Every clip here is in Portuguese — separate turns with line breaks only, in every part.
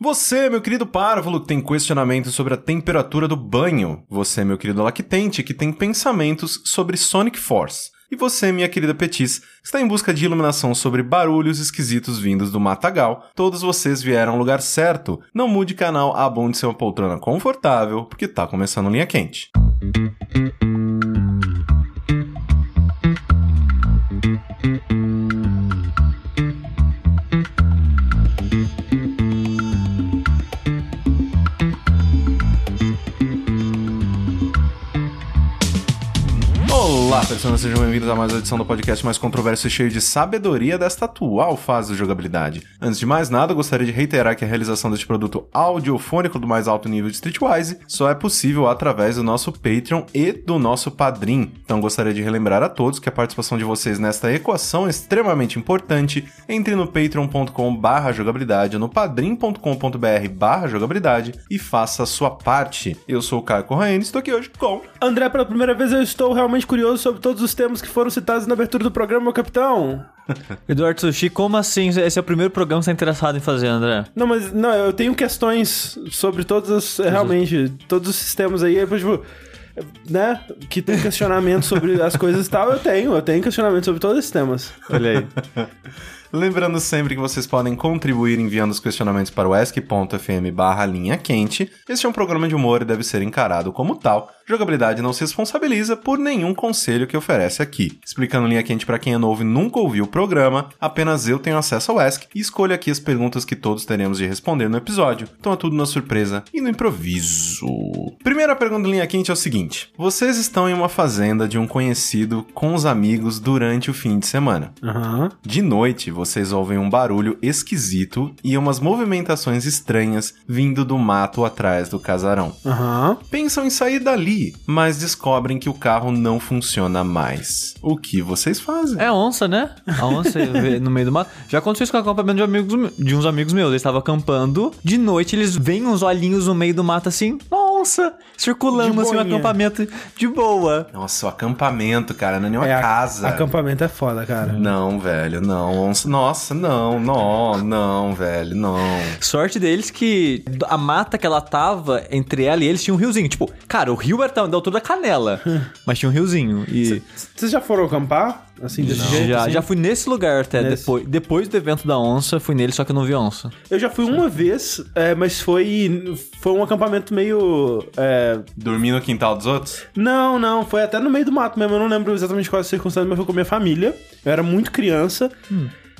Você, meu querido párvulo, que tem questionamentos sobre a temperatura do banho. Você, meu querido lactente, que tem pensamentos sobre Sonic Force. E você, minha querida Petis, que está em busca de iluminação sobre barulhos esquisitos vindos do matagal. Todos vocês vieram ao lugar certo. Não mude canal, abonde uma poltrona confortável, porque tá começando linha quente. Olá, pessoas, sejam bem-vindos a mais uma edição do podcast mais controverso e cheio de sabedoria desta atual fase de jogabilidade. Antes de mais nada, eu gostaria de reiterar que a realização deste produto audiofônico do mais alto nível de Streetwise só é possível através do nosso Patreon e do nosso Padrim. Então gostaria de relembrar a todos que a participação de vocês nesta equação é extremamente importante. Entre no patreon.com barra jogabilidade, no padrim.com.br barra jogabilidade e faça a sua parte. Eu sou o Caio Corraine e estou aqui hoje com...
André, pela primeira vez eu estou realmente curioso sobre todos os temas que foram citados na abertura do programa, meu capitão.
Eduardo Sushi, como assim? Esse é o primeiro programa que você está interessado em fazer, André?
Não, mas não, eu tenho questões sobre todos os, realmente, todos os sistemas aí, depois, tipo, né, que tem questionamento sobre as coisas e tal, eu tenho, eu tenho questionamento sobre todos esses temas.
Olha aí.
Lembrando sempre que vocês podem contribuir enviando os questionamentos para o esc.fm barra linha quente. Este é um programa de humor e deve ser encarado como tal. Jogabilidade não se responsabiliza por nenhum conselho que oferece aqui. Explicando linha quente para quem é novo e nunca ouviu o programa, apenas eu tenho acesso ao ESC e escolho aqui as perguntas que todos teremos de responder no episódio. Então é tudo na surpresa e no improviso. Primeira pergunta do linha quente é o seguinte: Vocês estão em uma fazenda de um conhecido com os amigos durante o fim de semana.
Aham.
De noite, vocês ouvem um barulho esquisito e umas movimentações estranhas vindo do mato atrás do casarão.
Aham.
Pensam em sair dali, mas descobrem que o carro não funciona mais. O que vocês fazem?
É onça, né? A onça vê no meio do mato. Já aconteceu isso com o acampamento de, amigos, me- de uns amigos meus. Eles estavam acampando. De noite, eles veem uns olhinhos no meio do mato assim, uma onça, circulando
De
assim no
boinha.
acampamento de boa.
Nossa, o acampamento, cara, não é nenhuma
É, a-
casa.
Acampamento é foda, cara.
Não, velho, não. Nossa, não, não, não, velho, não.
Sorte deles que a mata que ela tava, entre ela e eles, tinha um riozinho. Tipo, cara, o rio era da da altura da canela, mas tinha um riozinho. E
Vocês já foram acampar? Assim, desse jeito?
já,
assim?
já fui nesse lugar até.
Nesse.
Depois, depois do evento da onça, fui nele, só que eu não vi onça.
Eu já fui uma vez, é, mas foi, foi um acampamento meio. é,
Dormir no quintal dos outros?
Não, não, foi até no meio do mato mesmo. Eu não lembro exatamente quais as circunstâncias, mas foi com a minha família. Eu era muito criança.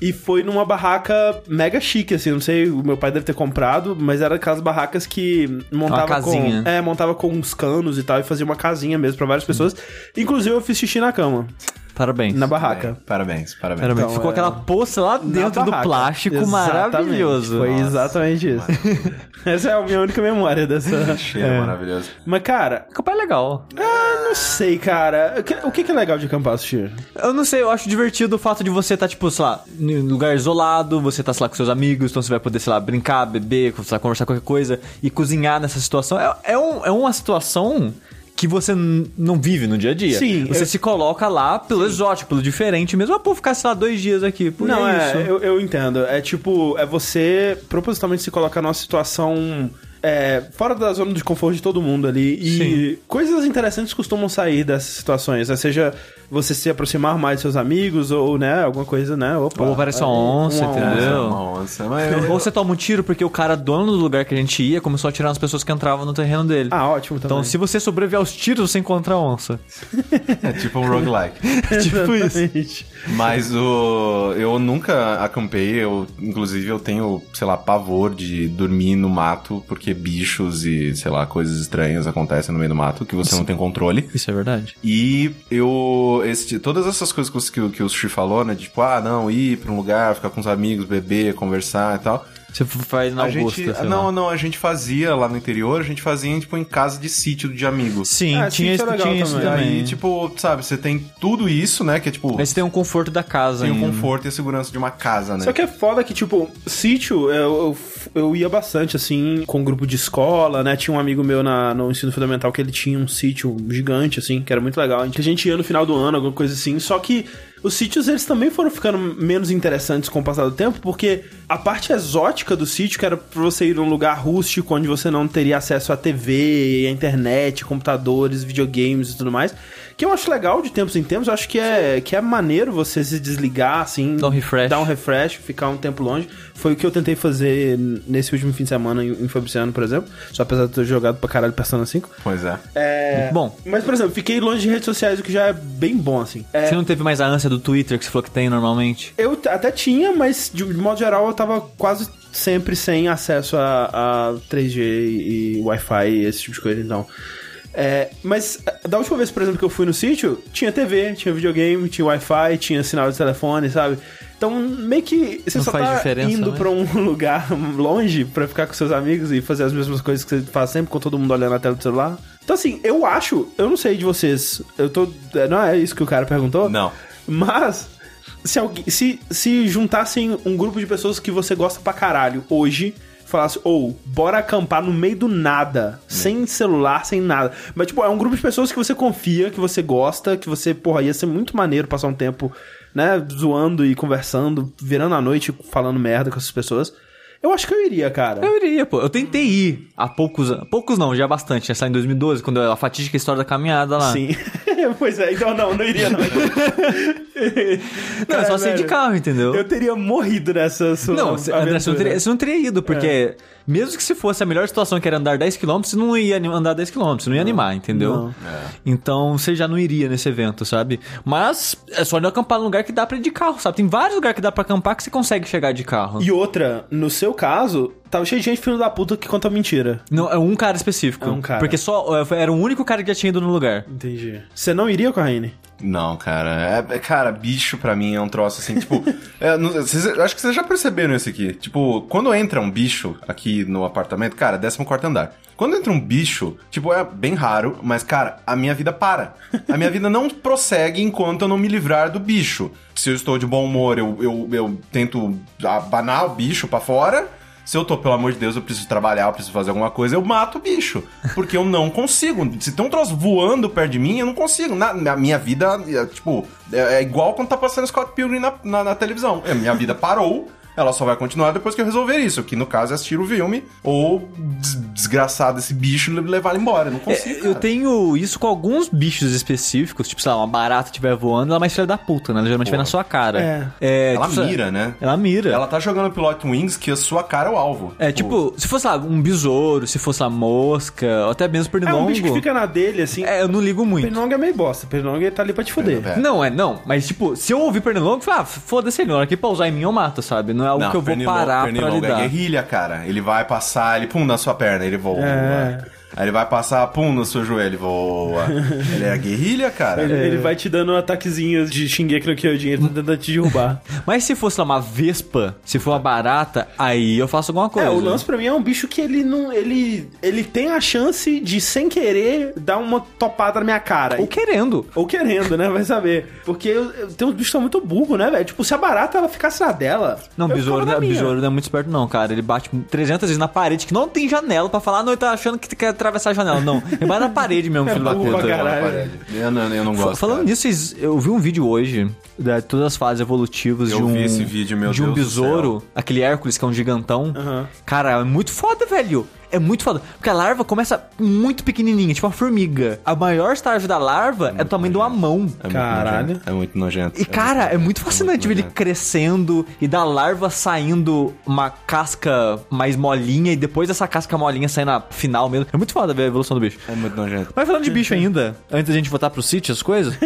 E foi numa barraca mega chique, assim. Não sei, o meu pai deve ter comprado, mas era aquelas barracas que montava
casinha.
com. É, montava com uns canos e tal, e fazia uma casinha mesmo pra várias pessoas. Inclusive, eu fiz xixi na cama,
Parabéns.
na barraca.
É, parabéns, parabéns.
Parabéns.
Então,
Ficou
é-
aquela poça lá dentro
Na
do
barraca.
plástico
Exatamente,
maravilhoso.
Foi exatamente isso. Essa é a minha única memória dessa.
Cheiro
É.
maravilhoso.
Mas, cara,
Acampar é legal.
eu não sei, cara. O que- O que que é legal de acampar, Sushi?
Eu não sei, eu acho divertido o fato de você tá, tipo, sei lá, em um lugar isolado, você tá, sei lá, com seus amigos, então você vai poder, sei lá, brincar, beber, sei lá, conversar qualquer coisa e cozinhar nessa situação. É, é, um- é uma situação que você n- não vive no dia a dia.
Sim,
Você
eu-
se coloca lá pelo exótico, pelo diferente mesmo. Ah, pô, ficar, sei lá, dois dias aqui. Pô,
Não, é,
isso.
Eu, eu entendo. É tipo, é você propositalmente se colocar numa situação é, fora da zona de conforto de todo mundo ali. E coisas interessantes costumam sair dessas situações, né? Seja você se aproximar mais de seus amigos, ou, né, alguma coisa, né? Opa,
Ou parece uma
é,
onça,
uma
entendeu?
É,
Entendeu?
uma onça, mas eu-
Ou você toma um tiro porque o cara, dono do lugar que a gente ia, começou a atirar nas pessoas que entravam no terreno dele.
Ah, ótimo também.
então, se você sobreviver aos tiros, você encontra a onça.
é tipo um roguelike.
tipo isso.
Exatamente.
Mas o eu nunca acampei, eu inclusive eu tenho, sei lá, pavor de dormir no mato porque bichos e, sei lá, coisas estranhas acontecem no meio do mato que você não tem controle.
Isso é verdade.
E eu. Esse, todas essas coisas que, os- que, o- que o Sushi falou, né? Tipo, ah, não, ir pra um lugar, ficar com os amigos, beber, conversar e tal.
Você faz na
a
Augusta,
gente.
sei
Não,
lá.
não, a gente fazia lá no interior, a gente fazia, tipo, em casa de sítio de amigos.
Sim,
Ah,
tinha,
sim, isso é
isso,
legal
tinha isso
também.
também.
Aí, tipo, sabe, você tem tudo isso, né? Que é tipo.
Mas tem um conforto da casa
Tem o
ainda.
conforto e a segurança de uma casa, né?
Só que é foda que, tipo, sítio, eu, eu, eu ia bastante, assim, com grupo de escola, né? Tinha um amigo meu na, no ensino fundamental que ele tinha um sítio gigante, assim, que era muito legal. Que a gente ia no final do ano, alguma coisa assim. Só que os sítios, eles também foram ficando menos interessantes com o passar do tempo, porque a parte exótica do sítio, que era pra você ir num lugar rústico onde você não teria acesso à TV, à internet, computadores, videogames e tudo mais. Que eu acho legal de tempos em tempos, eu acho que é, que é maneiro você se desligar, assim.
Dar um refresh.
Dar um refresh, ficar um tempo longe. Foi o que eu tentei fazer nesse último fim de semana em, em Fabriciano, por exemplo. Só apesar de eu ter jogado pra caralho Persona 5.
Pois é.
É.
Muito bom.
Mas, por exemplo, fiquei longe de redes sociais, o que já é bem bom, assim. É,
Você não teve mais a ânsia do Twitter que você falou que tem normalmente?
eu t- até tinha, mas de, de modo geral eu tava quase sempre sem acesso a, a 3G e, e Wi-Fi e esse tipo de coisa, então. É, mas eh, da última vez, por exemplo, que eu fui no sítio, tinha TV, tinha videogame, tinha Wi-Fi, tinha sinal de telefone, sabe? Então, meio que você
Não
só
faz
tá
diferença,
indo
né?
pra um lugar longe pra ficar com seus amigos e fazer as mesmas coisas que você faz sempre com todo mundo olhando na tela do celular. Então, assim, eu acho, eu não sei de vocês, eu tô. eh, Não é isso que o cara perguntou?
Não.
Mas, se, alguém, se, se juntassem um grupo de pessoas que você gosta pra caralho hoje, falasse, ou, bora acampar no meio do nada, sem celular, sem nada. Mas, tipo, é um grupo de pessoas que você confia, que você gosta, que você, porra, ia ser muito maneiro passar um tempo, né, zoando e conversando, virando a noite, falando merda com essas pessoas. Eu acho que eu iria, cara.
Eu iria, pô. Eu tentei ir há poucos anos. Poucos não, já bastante. Essa em 2012, quando eu- a fatídica história da caminhada lá.
Sim. pois é, então não, não iria, não.
Não, eu só sei de carro, entendeu?
É, Eu teria morrido nessa sua
Não, você- André, você
aventura.
não,
É.
teria, você não teria ido, porque mesmo que se fosse a melhor situação, que era andar 10km, você não ia anim- andar 10km, você não ia animar, entendeu?
não.
É.
Então você já não iria nesse evento, sabe? Mas é só não acampar num lugar que dá pra ir de carro, sabe? Tem vários lugares que dá pra acampar que você consegue chegar de carro.
E outra, no seu caso, tava cheio de gente filho da puta que conta mentira.
Não, é um cara específico.
É um cara.
Porque só é, era o único cara que já tinha ido no lugar.
Entendi. Você não iria com a Raine?
Não, cara. É- é- cara, bicho pra mim é um troço assim, tipo. é, não- vocês- eu acho que vocês já perceberam isso aqui. Tipo, quando entra um bicho aqui no apartamento, cara, 14 andar. Quando entra um bicho, tipo, é bem raro, mas, cara, a minha vida para. A minha vida não prossegue enquanto eu não me livrar do bicho. Se eu estou de bom humor, eu, eu, eu tento abanar o bicho pra fora. Se eu tô, pelo amor de Deus, eu preciso trabalhar, eu preciso fazer alguma coisa, eu mato o bicho. Porque eu não consigo. Se tem um troço voando perto de mim, eu não consigo. Na, na minha vida, é, tipo, é, é igual quando tá passando Scott Pilgrim na, na, na televisão. É, minha vida parou. Ela só vai continuar depois que eu resolver isso, que no caso é assistir o filme ou des- desgraçar desse bicho e levar ele embora. Eu não
É,
consigo.
eu
cara.
tenho isso com alguns bichos específicos, tipo, sei lá, uma barata estiver voando, ela é mais filha da puta, né? Ela geralmente vai na sua cara. É.
Ela
tipo, sei lá,
mira, né?
Ela mira.
Ela tá jogando Pilot Wings que a sua cara é o alvo.
É, tipo, se fosse lá um besouro, se fosse lá mosca, ou até mesmo
É
pernilongo.
um bicho que fica na dele, assim.
É, eu não ligo muito.
Pernilongo é meio bosta. Pernilongo ele tá ali pra te fuder.
É.
Não, é, não. Mas, tipo, se eu ouvir pernilongo, eu falo, ah, foda-se ele. Na hora que pausar em mim, eu mato, sabe? Não é algo
Não,
que eu vou
pernilongo-
parar pra
pernilongo
lidar.
É guerrilha, cara. Ele vai passar, ele pum na sua perna, ele voa.
É.
Aí ele vai passar, pum, no seu joelho, ele voa. ele é guerrilha, cara.
Ele, ele vai te dando ataquezinhos de Shingeki no Kyojin, ele tá tentando te derrubar.
Mas se fosse lá uma vespa, se for uma barata, aí eu faço alguma coisa.
é, o lance pra mim é um bicho que ele não. Ele, ele tem a chance de, sem querer, dar uma topada na minha cara.
Ou querendo.
Ou querendo, né? Vai saber. Porque eu- eu- tem uns bichos que são muito burros, né, velho? Tipo, se a barata ela ficasse na dela.
Não,
eu
besouro
ficava
não,
na minha.
besouro não é muito esperto, não, cara. Ele bate 300 vezes na parede, que não tem janela pra falar, "Ah, não, ele tá achando que quer atravessar a janela. Não, ele vai na parede
É
mesmo, filho da
burro pra
puta.
Olha na
caralho.
parede. Eu não, eu não
Fa-
gosto.
Falando
cara.
nisso, vocês- eu vi um vídeo hoje de todas as fases evolutivas
Eu
de um
vi esse vídeo, meu
de um
Deus do
besouro, aquele Hércules que é um gigantão.
Aham.
Cara, é muito foda, velho. É muito foda. Porque a larva começa muito pequenininha, tipo uma formiga. A maior estágio da larva é do tamanho de uma mão.
É muito
Caralho.
nojento, É muito nojento.
E cara, é muito fascinante ver ele
nojento.
crescendo e da larva saindo uma casca mais molinha e depois dessa casca molinha saindo na final mesmo. É muito foda ver a evolução do bicho.
É muito nojento.
Mas falando de bicho ainda, antes da gente voltar pro sítio, as coisas,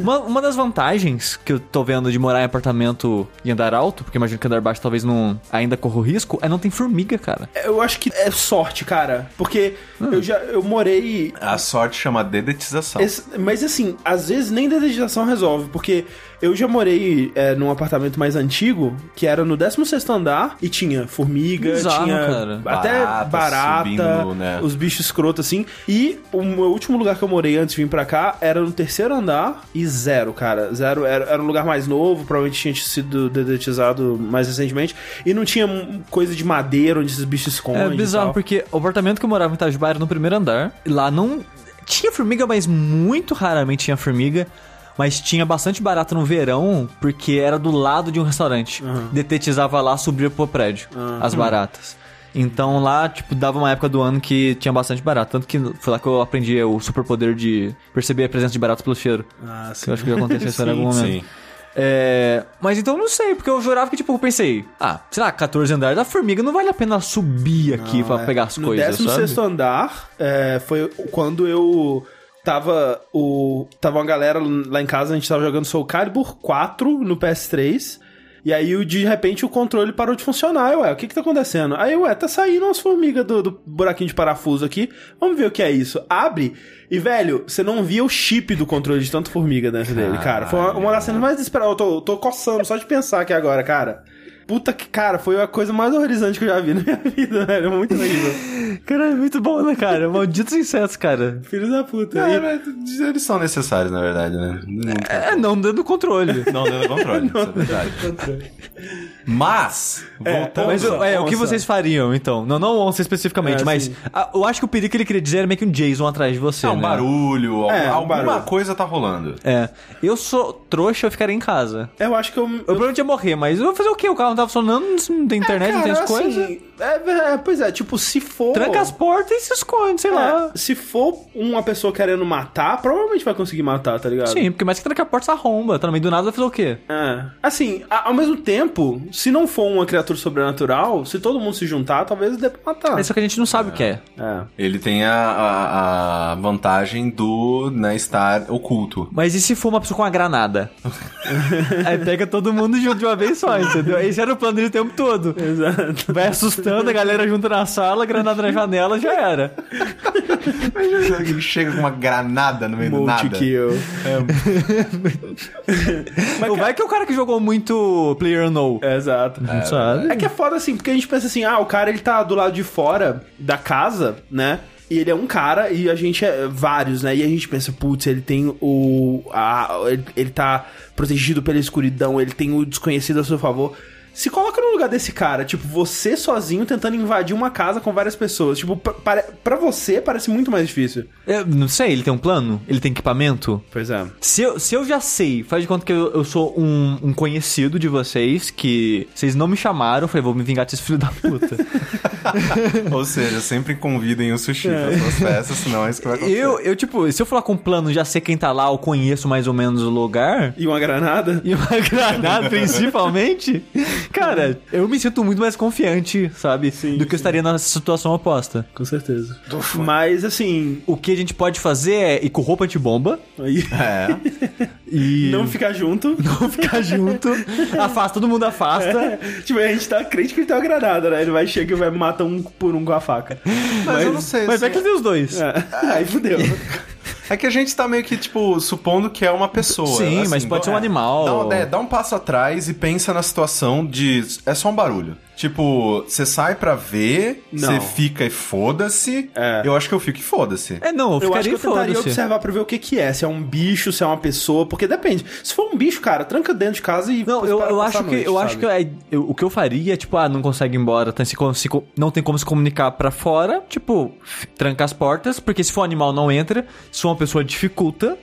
uma, uma das vantagens que eu tô vendo de morar em apartamento e andar alto, porque imagino que andar baixo talvez não ainda corra o risco, é não tem formiga, cara.
Eu acho que é sorte, cara. Porque
Hum.
eu já eu morei.
A sorte chama dedetização.
Esse- mas assim, às vezes nem dedicação resolve, porque eu já morei é, num apartamento mais antigo, que era no 16 andar, e tinha formiga,
Bizarro,
tinha
cara.
até barata,
Barata subindo, né?
os bichos escroto assim. E o meu último lugar que eu morei antes de vir pra cá era no terceiro andar e zero, cara. Zero era, era um lugar mais novo, provavelmente tinha sido dedetizado mais recentemente, e não tinha hum, coisa de madeira onde esses bichos escondem.
É
e
bizarro,
tal.
porque o apartamento que eu morava em Itajubá era no primeiro andar, e lá não tinha formiga, mas muito raramente tinha formiga. mas tinha bastante barata no verão, porque era do lado de um restaurante. Detetizava lá, subia pro prédio as baratas. Então lá, tipo, dava uma época do ano que tinha bastante barata. Tanto que foi lá que eu aprendi o superpoder de perceber a presença de baratas pelo cheiro.
Ah,
Que eu acho que já aconteceu isso em algum momento.
Sim.
É, mas então eu não sei, porque eu jurava que, tipo, eu pensei, ah, sei lá, 14 andares, a formiga não vale a pena subir aqui pra
é.
pegar as
no
coisas, sabe?
16 andar é, foi quando eu tava o tava uma galera lá em casa, a gente tava jogando Soul Calibur 4 no PS3. E aí, o- de repente, o controle parou de funcionar. Eu, Ué, o que que tá acontecendo? Aí, ué, tá saindo umas formigas do, do buraquinho de parafuso aqui. Vamos ver o que é isso. Abre. E, velho, você não via o chip do controle de tanto formiga dentro dele, cara. Foi uma, uma das cenas mais desesperadas. Eu tô, tô coçando só de pensar aqui agora, cara. Puta que, cara, foi a coisa mais horrorizante que eu já vi na minha vida, velho. Muito horrível.
Cara, é muito bom, né, cara? Malditos insetos, cara.
Filho da puta.
É,
E-
mas eles são necessários, na verdade, né? Não-
É, não dando do controle.
Não dando controle, isso é verdade. Mas, voltando...
Mas
Onça,
é, o que
onça.
vocês fariam, então? Não, não onça especificamente,
É,
mas
sim.
ah, eu acho que o perigo que ele queria dizer era meio que um Jason atrás de você,
É um
né?
barulho, al-
É, um
alguma
barulho.
coisa tá rolando.
É. Eu sou trouxa, eu ficaria em casa.
Eu acho que eu.
Eu provavelmente ia morrer, mas eu vou fazer o quê? O carro não tava funcionando, não tem internet, não tem
assim,
as coisas.
É, é, pois é, tipo, se for.
Tranca as portas e se esconde, sei
É,
lá.
Se for uma pessoa querendo matar, provavelmente vai conseguir matar, tá ligado?
Sim, porque mais que tranca a porta, você arromba. Tá no meio do nada, vai fazer o quê?
É. Assim, a- ao mesmo tempo, se não for uma criatura sobrenatural, se todo mundo se juntar, talvez dê pra matar.
É só que a gente não sabe o que é.
É.
Ele tem a, a- a vantagem do né, estar oculto.
Mas e se for uma pessoa com uma granada? Aí pega todo mundo junto de uma vez só, entendeu? Esse era o plano dele o tempo todo.
Exato.
Vai assustando, a galera junta na sala, granada na janela, já era.
Ele chega com uma granada no meio do nada.
Multi-kill.
Ou vai que é o cara que jogou muito Player No.
É, Exato.
Não sabe?
É que é foda assim, porque a gente pensa assim, ah, o cara ele tá do lado de fora da casa, né? E ele é um cara e a gente é vários, né? E a gente pensa, putz, ele tem o. A, ele, ele tá protegido pela escuridão, ele tem o desconhecido a seu favor. Se coloca no lugar desse cara, tipo, você sozinho tentando invadir uma casa com várias pessoas. Tipo, pra, para- pra você parece muito mais difícil.
Eu não sei, ele tem um plano? Ele tem equipamento?
Pois é.
Se eu, se eu já sei, faz de conta que eu, eu sou um, um conhecido de vocês, que vocês não me chamaram, eu falei, vou me vingar desse filho da puta.
Ou seja, sempre convidem o sushi para suas festas, senão é isso que vai acontecer.
eu, eu, tipo, se eu falar com um plano, já sei quem tá lá, eu conheço mais ou menos o lugar,
E uma granada?
e uma granada principalmente, cara, eu me sinto muito mais confiante, sabe? do que eu estaria na situação oposta.
Com certeza. Mas assim.
O que a gente pode fazer é ir com roupa antibomba
aí-
É,
e
Não ficar junto.
não ficar junto, afasta, todo mundo afasta.
Tipo, a gente tá crente que ele tem uma granada, né? Ele vai chegar e vai matar um por um com a faca.
mas, eu não sei.
Mas
se-
vai que ele tem os dois.
É. Aí fudeu.
É que a gente tá meio que, tipo, supondo que é uma pessoa.
Sim, mas pode ser um
é,
animal.
Dá um, é, dá um passo atrás e pensa na situação de. É só um barulho. Tipo, você sai pra ver,
Não.
você fica e foda-se.
É.
Eu acho que eu fico e foda-se.
É, não, eu
Eu acho
ficaria
que eu tentaria
foda-se.
observar pra ver o que que é. Se é um bicho, se é uma pessoa. Porque depende. Se for um bicho, cara, tranca dentro de casa e...
Não, eu,
espera
eu
passar
acho
a
que
noite,
eu
sabe?
acho que é- eu- o que eu faria é tipo, ah, não consegue ir embora, tá, se com- se com- não tem como se comunicar pra fora, tipo, f- tranca as portas, porque se for um animal não entra, se for uma pessoa dificulta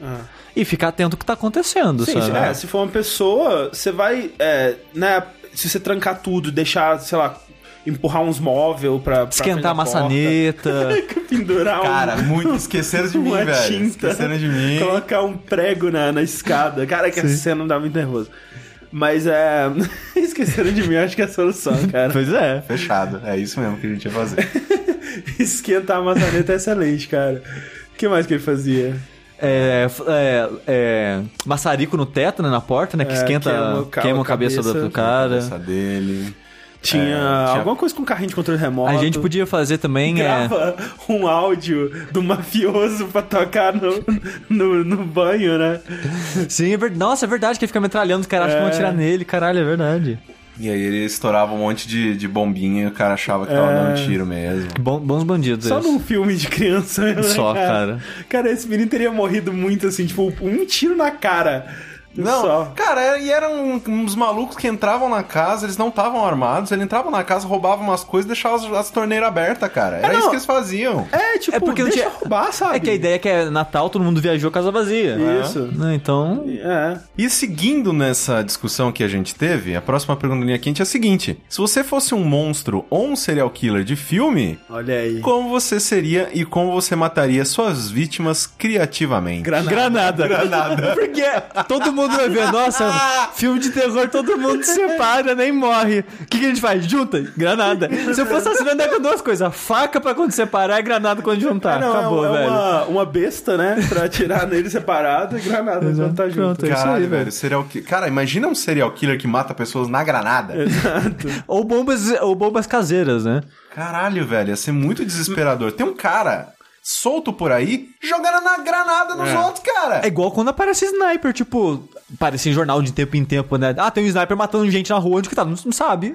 e ficar atento ao que tá acontecendo,
Ah. Sim, se,
sabe?
é, se for uma pessoa, você vai... é, né, se você trancar tudo, deixar, sei lá, empurrar uns móveis pra... pra frente
Esquentar
da
a maçaneta.
porta, Pendurar um-
Cara, muito. Esqueceram de mim,
uma
velho.
tinta.
Esqueceram de mim.
Colocar um prego na, na escada. Cara, que essa cena me dá muito nervoso. Mas é. Esqueceram de mim, acho que é a solução, cara.
pois é.
Fechado. É isso mesmo que a gente ia fazer.
Esquentar a maçaneta é excelente, cara. O que mais que ele fazia?
É, f- é, é, maçarico no teto, né, na porta, né, que
É,
esquenta,
queima o
queima,
ca-
a cabeça,
cabeça.
do, do cara.
Essa dele.
Tinha,
tinha-
alguma coisa com carrinho de controle remoto.
É, A gente podia fazer também é,
Grava um áudio do mafioso pra tocar no, no, no banho, né?
Sim, é verdade. Nossa, é verdade que ele fica metralhando, os caras acham que vão
É.
atirar nele, caralho, é verdade.
E aí ele estourava um monte de, de bombinha e o cara achava que tava
É.
dando tiro mesmo.
Bom- bons bandidos.
Só
eles.
num filme de criança. Né,
Só, cara.
Cara, esse menino teria morrido muito assim, tipo, um tiro na cara.
Não,
Só.
cara, era- e eram uns malucos que entravam na casa, eles não estavam armados, eles entravam na casa, roubavam umas coisas e deixavam as, as torneiras abertas, cara. Era
É, não.
isso que eles faziam.
É, tipo,
É porque não
deixa
tinha-
roubar, sabe?
É que a ideia é que é Natal, todo mundo viajou casa vazia.
Isso.
Né? Então.
É.
E seguindo nessa discussão que a gente teve, a próxima pergunta da linha quente é a seguinte: Se você fosse um monstro ou um serial killer de filme,
Olha aí.
como você seria e como você mataria suas vítimas criativamente?
Granada. Porque todo mundo vai ver, nossa, filme de terror, todo mundo se separa, nem morre. O que, que a gente faz? Junta? Granada. Se eu fosse assassino, ainda com duas coisas: faca pra quando separar e granada quando juntar.
Não,
Ah, Acabou,
é,
velho.
Uma, uma besta, né? Pra atirar nele separado e granada
Exato.
quando tá junto.
Pronto, é isso
Caralho,
aí,
velho. Serial ki- Cara, imagina um serial killer que mata pessoas na
É.
granada.
Ou, bombas, ou bombas caseiras, né?
Caralho, velho. Ia ser muito desesperador. Tem um cara solto por aí jogando na granada nos outros,
É
cara.
igual quando aparece sniper, tipo, aparece em jornal de tempo em tempo, né? Ah, tem um sniper matando gente na rua, onde que tá? Não, não sabe.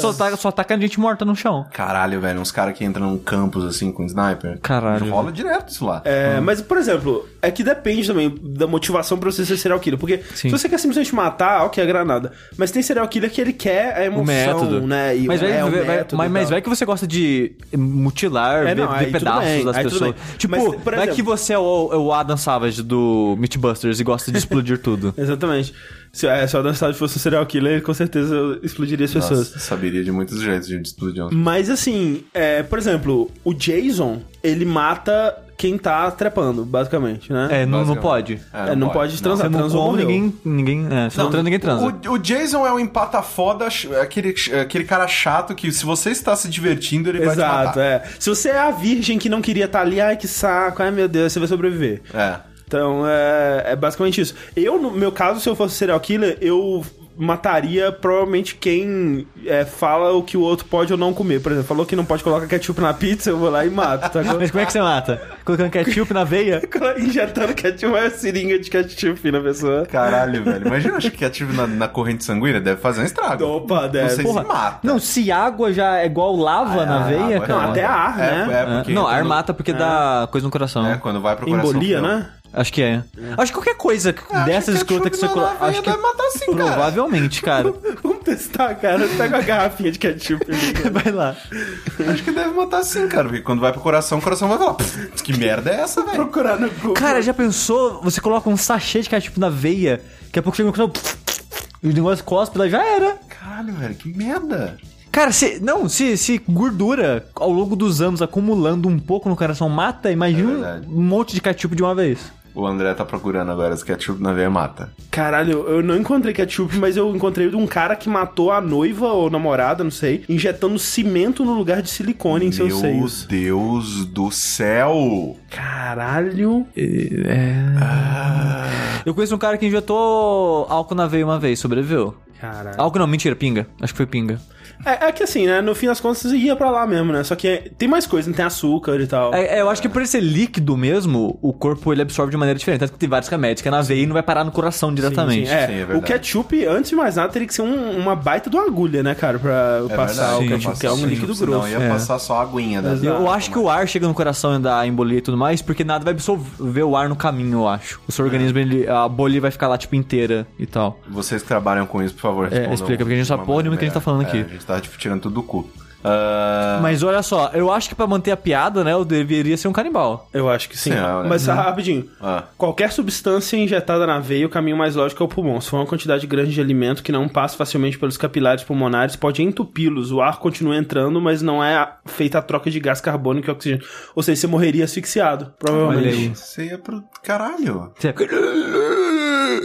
Só, tá, só taca gente morta no chão.
Caralho, velho. Uns caras que entram num campus assim com sniper.
Caralho.
Rola direto isso lá.
É,
Uhum.
Mas, por exemplo, é que depende também da motivação pra você ser serial killer. Porque se
Sim.
você quer simplesmente matar, ok, a granada. Mas tem serial killer que ele quer a emoção,
O método.
né? E
mas,
o-
vai,
é, o
vai- vai-
método
mas,
e
mas
tal.
vai que você gosta de mutilar,
É,
ver,
não,
ver
aí tudo
pedaços
bem,
das
aí tudo
pessoas.
bem.
Tipo,
Mas, por
vai
exemplo-
que você é o, é o Adam Savage do Mythbusters e gosta de explodir tudo.
Exatamente. Se, é, se o Adam Savage fosse um serial killer, ele com certeza explodiria as
Nossa,
é.
pessoas.
saberia de muitos jeitos de explodir um
Mas assim, é, por exemplo, o Jason, ele mata quem tá trepando, basicamente, né?
É, não, não
Basicamente.
pode.
É,
É, não pode transar.
Você não
transou,
come,
morreu.
ninguém, ninguém, é, se não, transa, ninguém transa.
O, o Jason é um empata foda, ch- é aquele, aquele cara chato que se você está se divertindo, ele vai te
Exato,
matar.
é. Se você é a virgem que não queria estar ali, ai que saco, ai meu Deus, você vai sobreviver.
É.
Então, é, é basicamente isso. Eu, no meu caso, se eu fosse serial killer, eu mataria provavelmente quem é, fala o que o outro pode ou não comer. Por exemplo, falou que não pode colocar ketchup na pizza, eu vou lá e mato, tá?
Mas como é que você mata? Colocando ketchup na veia?
Injetando ketchup, uma seringa de ketchup na pessoa.
Caralho, velho. Imagina, acho que ativo na, na corrente sanguínea deve fazer um estrago.
Opa, deve.
Não sei
Porra.
se mata.
Não, se água já é igual lava na
Ah,
veia,
água-
cara.
Não, até ar,
é,
né?
É, porque
É, não, ar
quando-
mata porque dá coisa no coração.
É, quando vai pro coração.
Embolia,
fica-
né?
Acho que é. Acho que qualquer coisa dessas escrotas que você coloca. Acho que
vai matar assim, cara.
provavelmente, cara.
Vamos testar, cara. Pega uma garrafinha de ketchup.
Vai lá.
Acho que deve matar assim, cara. Porque quando vai pro coração, o coração vai falar. "Pff, Que merda é essa, velho?
Procurar no Google.
Cara, já pensou? Você coloca um sachê de ketchup na veia, daqui a pouco chega um canal. E o negócio cospe lá, já era.
Caralho, velho, que merda.
Cara, se. Não, se, se gordura ao longo dos anos acumulando um pouco no coração mata,
É
imagina
verdade.
um monte de ketchup de uma vez.
O André tá procurando agora as ketchup na veia mata.
Caralho, eu não encontrei ketchup, mas eu encontrei de um cara que matou a noiva ou namorada, não sei, injetando cimento no lugar de silicone em seus
Meu
seios.
Deus do céu!
Caralho.
Eu conheço um cara que injetou álcool na veia uma vez, sobreviveu.
Caralho.
Álcool não, mentira, pinga. Acho que foi pinga.
É, é que assim, né? No fim das contas, você ia pra lá mesmo, né? Só que é- tem mais coisa, não tem açúcar e tal.
É, é, eu acho que por ele ser líquido mesmo, o corpo ele absorve de maneira diferente. Tanto que tem vários remédios que é na veia e não vai parar no coração diretamente.
Sim, é.
Sim, é verdade.
o ketchup, antes de mais nada, teria que ser um- uma baita de uma agulha, né, cara? Pra
É
passar
verdade,
o
ia
ketchup, que é
passar
um
só-
líquido
senão
grosso.
ia passar só a aguinha. né?
E É. Eu acho que o ar chega no coração e dá embolia e tudo mais, porque nada vai absorver o ar no caminho, eu acho.
É.
O seu organismo, ele, a bolha vai ficar lá, tipo, inteira e tal.
Vocês que trabalham com isso, por favor, respondam
É, explica, porque a gente não
de
sabe
uma
porra nenhuma do que a gente tá falando
maneira
aqui.
melhor. É, a gente tá tipo, tirando tudo do cu. Ah,
Mas olha só, eu acho que pra manter a piada, né, eu deveria ser um canibal.
Eu acho que sim.
Sim, é,
Mas
Uhum.
ah, rapidinho.
Ah.
Qualquer substância injetada na veia, o caminho mais lógico é o pulmão. Se for uma quantidade grande de alimento que não passa facilmente pelos capilares pulmonares, pode entupi-los. O ar continua entrando, mas não é a- feita a troca de gás carbônico e oxigênio. Ou seja, você morreria asfixiado, provavelmente.
Olha aí.
Você ia pro caralho.
Você-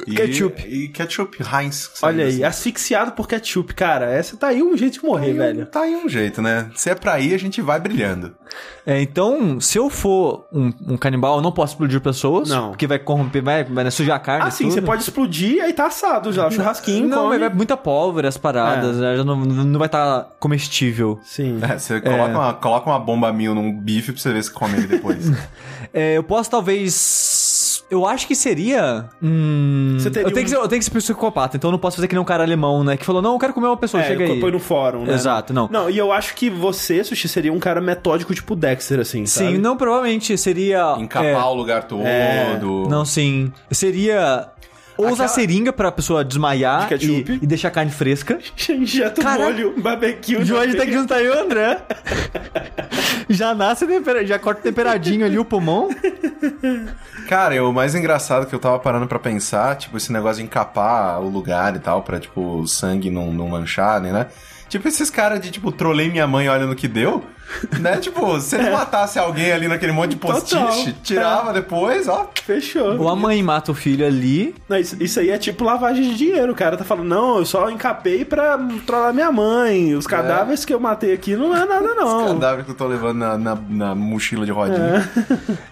E-
Ketchup.
E ketchup, Heinz. que
Olha
saiu
aí,
dessa-
asfixiado por ketchup, cara. Essa tá aí um jeito de morrer, velho.
Tá aí um jeito, né? Se é pra ir, a gente vai brilhando.
É, então, se eu for um, um canibal, eu não posso explodir pessoas.
Não.
Porque vai corromper, vai, vai né, sujar a carne.
Ah,
e
sim,
tudo.
você pode explodir e aí tá assado já. O churrasquinho,
Não,
come. É.
mas vai muita pólvora, as paradas, né, já não, não vai estar comestível.
Sim.
É, você coloca, uma, coloca uma bomba mil num bife pra você ver se come ele depois.
É, eu posso talvez. Eu acho que seria. Hum.
Você teria
eu, tenho
um-
que ser, eu tenho que ser psicopata, então eu não posso fazer que nem um cara alemão, né? Que falou, não, eu quero comer uma pessoa,
É,
chega aí.
põe no fórum, né?
Exato, não.
Não, e eu acho que você, Sushi, seria um cara metódico tipo Dexter, assim,
Sim,
sabe?
não, provavelmente seria.
Encapar
é,
o lugar todo.
É.
Não, sim. Seria. Ou usar
Aquela-
seringa pra pessoa desmaiar
De ketchup.
e, e deixar a carne fresca.
Injeta o
Caraca.
molho, um barbecue.
O Jorge
também.
tá aqui junto aí, o André. Já nasce, tempera- já corta temperadinho ali o pulmão.
Cara, eu- o mais engraçado que eu tava parando pra pensar, tipo, esse negócio de encapar o lugar e tal, pra, tipo, o sangue não, não manchar, né, né? Tipo, esses caras de, tipo, trolei minha mãe, olha no que deu, né? Tipo, se ele matasse alguém ali naquele monte de postiche,
Total.
tirava depois, ó.
Fechou.
Ou a mãe mata o filho ali.
Não, isso, isso aí é tipo lavagem de dinheiro, o cara tá falando, não, eu só encapei pra trollar minha mãe,
É.
os cadáveres que eu matei aqui não é nada
Os
não.
cadáveres que eu tô levando na, na, na mochila de rodinha.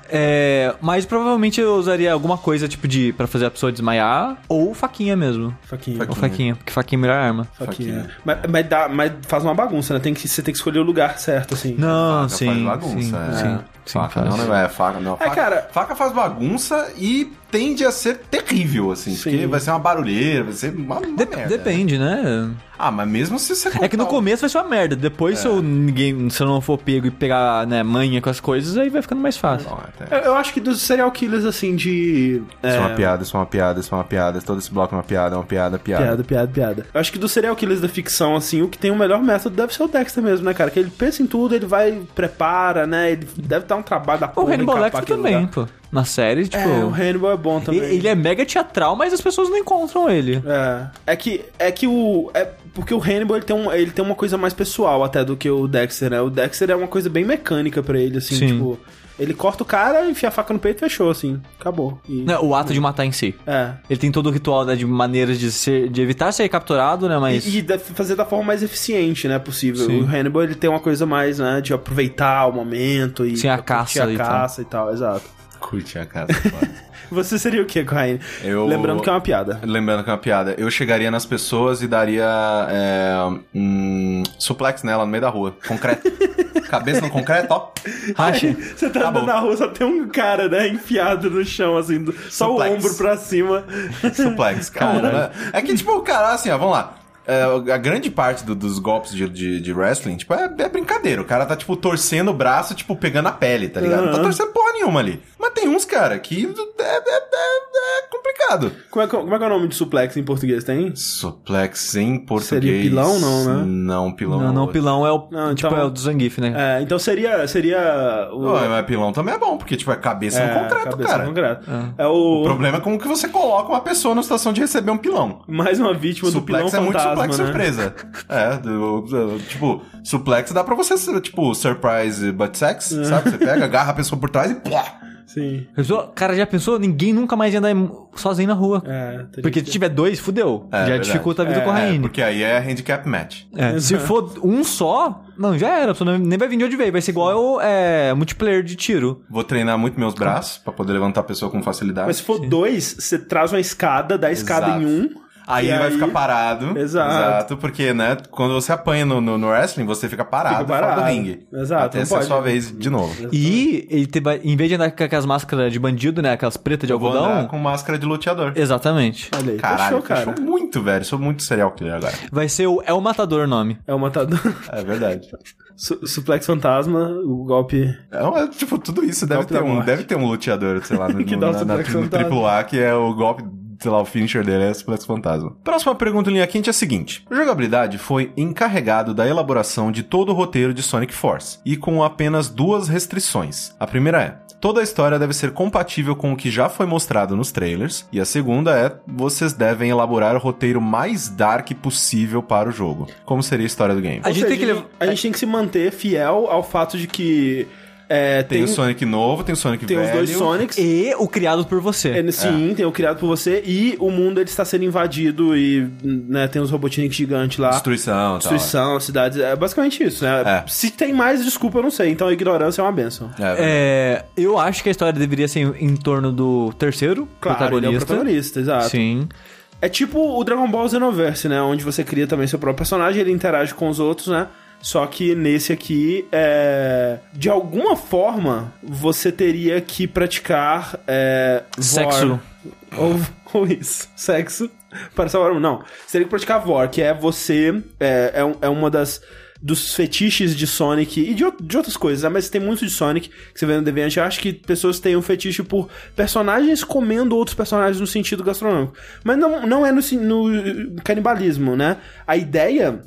É, mas provavelmente eu usaria alguma coisa tipo de para fazer a pessoa desmaiar ou faquinha mesmo.
Faquinha.
Faquinha.
Ou faquinha, porque faquinha é a melhor arma.
Faquinha.
Faquinha.
Mas, mas dá- mas faz uma bagunça, né? Tem que, você tem que escolher o lugar certo, assim.
Não,
Faca
sim.
faz bagunça,
sim,
é.
sim, sim,
faca
faz.
não, né? É, faca não. Faca,
cara-
faca faz bagunça e tende a ser terrível, assim.
Sim.
Porque vai ser uma barulheira, vai ser uma, uma
Dep-
merda.
Depende, né?
Ah, mas mesmo se você um
É que
cortar
no
o
começo vai ser uma merda. Depois,
É.
se, eu, ninguém, se eu não for pego e pegar né, manha com as coisas, aí vai ficando mais fácil.
Não, até-
Eu, eu acho que dos serial killers, assim, de.
Isso é
é,
uma piada, isso é uma piada, isso é uma piada. Todo esse bloco é uma piada, é uma piada, piada.
Piada, piada, piada. Eu acho que dos serial killers da ficção, assim, o que tem o melhor método deve ser o Dexter mesmo, né, cara? Que ele pensa em tudo, ele vai, prepara, né? Ele deve dar um trabalho da
O
porra.
Hannibal
encapar
Lecter
aquele
também,
lugar.
pô. Na série, tipo...
É, o Hannibal é bom também.
ele é mega teatral, mas as pessoas não encontram ele.
É. É que, é que o. É porque o Hannibal ele tem, um, ele tem uma coisa mais pessoal até do que o Dexter, né? O Dexter é uma coisa bem mecânica pra ele, assim,
Sim.
tipo. Ele corta o cara, enfia a faca no peito e fechou, assim. Acabou. E-
Né, O ato de matar em si.
É.
Ele tem todo o ritual né, de maneiras de, ser, de evitar ser capturado, né? Mas.
E, e da- fazer da forma mais eficiente, né, possível.
Sim.
O Hannibal, ele tem uma coisa mais, né, de aproveitar o momento e...
Sim, a
curtir
caça
a
e tal.
caça e tal, exato.
Curte a casa. foda.
Você seria o quê, Corraine?
Eu-
Lembrando que é uma piada.
Lembrando que é uma piada. Eu chegaria nas pessoas e daria é, um, suplex nela no meio da rua. Concreto. Cabeça no concreto, ó.
Racha.
Você tá
Acabou.
andando na rua, só tem um cara, né, enfiado no chão, assim, do- só o
Suplex.
ombro pra cima.
Suplex, cara. né? É que, tipo, o cara, assim, ó, vamos lá. É, a grande parte do- dos golpes de, de- de wrestling, tipo, é, é brincadeira. O cara tá, tipo, torcendo o braço, tipo, pegando a pele, tá ligado? Não tá
Aham.
torcendo porra nenhuma ali. Mas tem uns, cara, que é- é- é- é complicado.
Como é, que- como é que é o nome de suplex em português, tem?
Suplex em português.
Seria pilão, não, né?
Não, pilão
Não, não, o pilão é o.
Não,
tipo,
então-
é o do Zangief, né?
É, então seria... seria o...
Ué, mas pilão também é bom, porque, tipo, é cabeça no concreto,
cabeça
cara.
no concreto. É o...
O problema é como que você coloca uma pessoa na situação de receber um pilão.
Mais uma vítima Tipo, do pilão
suplex é muito
fantasma,
suplex
né?
surpresa. É, do- do- tipo, suplex dá pra você, ser, tipo, surprise butt sex,
É.
sabe? Você pega, agarra a pessoa por trás e plá!
Sim.
A pessoa- cara, já pensou? Ninguém nunca mais ia andar em- sozinho na rua.
É, teria
Porque
que-
se tiver dois, fudeu.
É,
já
verdade.
dificulta a vida
É,
com a
É,
Raine.
porque aí é handicap match.
É, se for um só, não, já era. A pessoa nem vai vir de onde veio. Vai ser igual ao é, multiplayer de tiro.
Vou treinar muito meus braços pra poder levantar a pessoa com facilidade.
Mas se for dois, você traz uma escada, dá a escada
Exato.
em um.
Aí
e
ele vai ficar parado.
Exato.
porque, né, quando você apanha no, no, no wrestling, você fica parado,
Fica parado.
fora do ringue.
Exato,
Até
não
ser a
pode.
sua vez de novo.
E ele te- vai- em vez de andar com aquelas máscaras de bandido, né? Aquelas pretas de
Eu vou andar
algodão.
com máscara de luteador.
Exatamente.
Olha aí,
Caralho,
fechou, cara.
fechou muito, velho. Sou muito serial killer agora.
Vai ser o. É o matador o nome.
É o matador.
É verdade.
Su- suplex fantasma, o golpe.
Então, é, tipo, tudo isso deve
Golpe
ter,
da
um,
morte.
deve ter um luteador, sei lá, no,
Que
no-
dá o
na, na,
suplex
no
fantasma.
AAA, que é o golpe, sei lá, o finisher dele é suplex fantasma. Próxima pergunta em linha quente é a seguinte. O Jogabilidade foi encarregado da elaboração de todo o roteiro de Sonic Force, e com apenas duas restrições. A primeira é... Toda a história deve ser compatível com o que já foi mostrado nos trailers. E a segunda é: vocês devem elaborar o roteiro mais dark possível para o jogo. Como seria a história do game?
A
Ou
gente tem que lev-
a gente tem que se manter fiel ao fato de que é,
Tem,
tem,
o Sonic novo, tem o Sonic
tem
velho. tá?
os dois Sonics.
E o criado por você.
É, Sim, tem o criado por você e o mundo ele está sendo invadido e né, tem os robotinhos gigantes lá.
Destruição, tá, e tal.
tá? Destruição, cidades. É basicamente isso, né?
É.
Se tem mais, desculpa, eu não sei. Então a ignorância é uma benção.
É,
É, eu acho que a história deveria ser em, em torno do terceiro
Claro, ele é o
protagonista.
protagonista, exato.
Sim.
É tipo o Dragon Ball Xenoverse, né? Onde você cria também seu próprio personagem, ele interage com os outros, né? Só que nesse aqui, é... de alguma forma, você teria que praticar. É... vor-
Sexo.
Ou, ou isso. Sexo. Para salvar o mundo. Não. Você teria que praticar vor, que é você. É, é, um- é uma das. dos fetiches de Sonic e de, ou- de outras coisas, né? mas tem muito de Sonic que você vê no Deviant. Eu acho que pessoas têm um fetiche por personagens comendo outros personagens no sentido gastronômico. Mas não, não é no, sen- no canibalismo, né? A ideia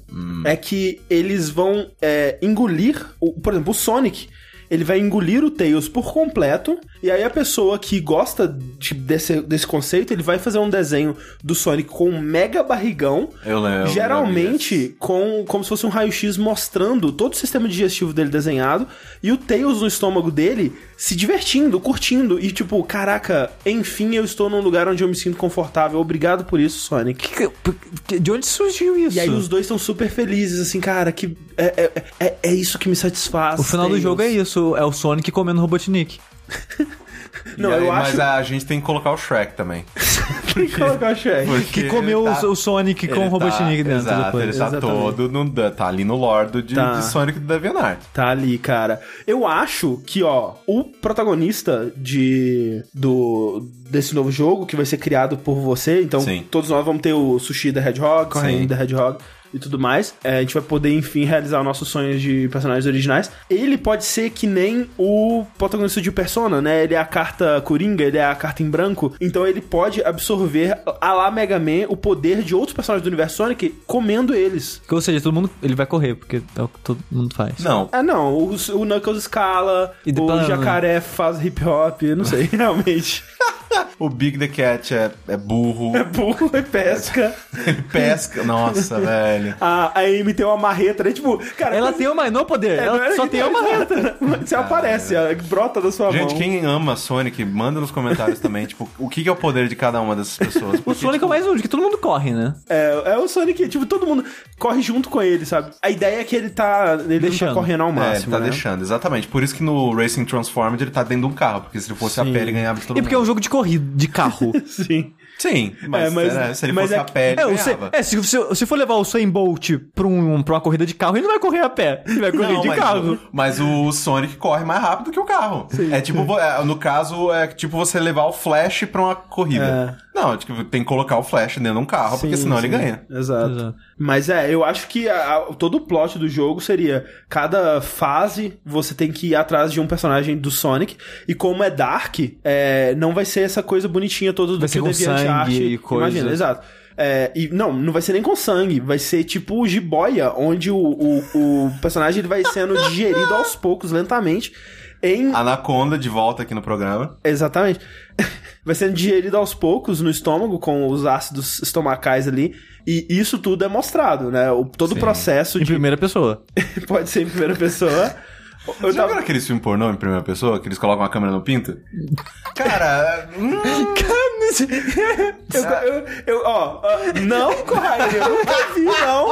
é que eles vão é, engolir, o- por exemplo, o Sonic ele vai engolir o Tails por completo. E aí a pessoa que gosta de- desse, desse conceito, ele vai fazer um desenho do Sonic com um mega barrigão.
Eu
É,
lembro.
geralmente com como se fosse um raio-x mostrando todo o sistema digestivo dele desenhado e o Tails no estômago dele se divertindo, curtindo e tipo, caraca, enfim, eu estou num lugar onde eu me sinto confortável. Obrigado por isso, Sonic.
Que- que- De onde surgiu isso?
E aí os dois estão super felizes, assim, cara, que é, é- é, é isso que me satisfaz.
O final do
Tails.
jogo é isso, é o Sonic comendo o Robotnik.
Não,
E aí-
eu acho
Mas a gente tem que colocar o Shrek também.
Tem que colocar o Shrek.
Porque
Que comeu
ele tá-
o Sonic com
ele
o Robotnik
tá,
dentro
exato,
depois.
Ele tá
Exatamente.
todo no, tá ali no lordo de,
Tá.
de Sonic do DeviantArt.
Tá ali, cara. Eu acho que, ó, o protagonista de do desse novo jogo que vai ser criado por você, então
Sim.
todos nós vamos ter o Sushi da Hedgehog, o
Sim.
Rainha da Hedgehog e tudo mais. É, a gente vai poder, enfim, realizar nossos sonhos de personagens originais. Ele pode ser que nem o protagonista de Persona, né? Ele é a carta coringa, ele é a carta em branco. Então ele pode absorver, a lá Mega Man, o poder de outros personagens do universo Sonic comendo eles.
Ou seja, todo mundo. Ele vai correr, porque é o que todo mundo faz.
Não,
Ah, não. O, o Knuckles escala,
E de
o
plano, né?
jacaré faz hip hop, eu não sei, realmente.
o Big the Cat é, é burro,
É burro, é pesca.
ele pesca.
Tá
Nossa, velho.
A, a Amy tem uma marreta, né? Tipo, cara.
Ela
quando-
tem o menor poder,
é, não
ela
era
só
que
tem uma
exato, né? Você aparece, ela brota da sua
Gente,
mão.
quem ama Sonic, manda nos comentários também, tipo, o que que é o poder de cada uma dessas pessoas.
O
Porque,
Sonic é
tipo,
mais um, que todo mundo corre, né?
É, é o Sonic, tipo, todo mundo corre junto com ele, sabe? A ideia é que ele tá. Ele
Deixando.
não tá correndo ao
é,
máximo.
ele tá
né?
deixando, exatamente. Por isso que no Racing Transformed ele tá dentro de um carro, porque se ele fosse a pé, ele ganhava de todo
E porque é um
mundo.
jogo de corrida, de carro.
Sim.
Sim, mas,
É, mas-
né, se ele
mas
fosse
é-
a pé, ele
É, o
ganhava.
Usain- é, se, se, se for levar o Usain Bolt pra, um, pra uma corrida de carro, ele não vai correr a pé. Ele vai correr
Não,
de
mas,
carro.
mas o Sonic corre mais rápido que o carro. É tipo, vo- é, no caso, é tipo você levar o Flash pra uma corrida. Não, é tipo, tem que colocar o Flash dentro de um carro,
É,
porque
Sim,
senão
sim.
ele ganha.
Exato.
Exato.
Mas é, eu acho que a- a- todo o plot do jogo seria cada fase você tem que ir atrás de um personagem do Sonic. E como é Dark, é, não vai ser essa coisa bonitinha toda do
Vai
que
ser
o
com sangue
DeviantArt.
e coisa.
Imagina, exato. É, e não, não vai ser nem com sangue, vai ser tipo o jiboia, onde o, o, o personagem ele vai sendo digerido aos poucos, lentamente, em
Anaconda de volta aqui no programa.
Exatamente. Vai sendo digerido aos poucos no estômago, com os ácidos estomacais ali. E isso tudo é mostrado, né? O, todo o
Sim.
processo
Em
de.
primeira pessoa.
Pode ser em primeira pessoa. Eu
Já
tava-
viram aqueles filmes pornô em primeira pessoa, que eles colocam a câmera no pinto? Cara, hum,
eu- eu- eu- ó, ó, não, Corraine, eu nunca vi, não.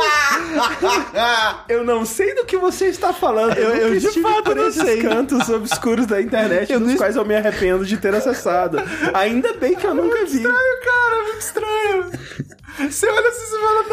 ah,
Eu não sei do que você está falando. Eu,
eu
nunca
de
estive
fato
por
não
esses
sei.
cantos obscuros da internet,
Eu
dos
não-
quais eu me arrependo de ter acessado. Ainda bem que eu nunca vi.
cara, muito estranho. Você olha assim e fala,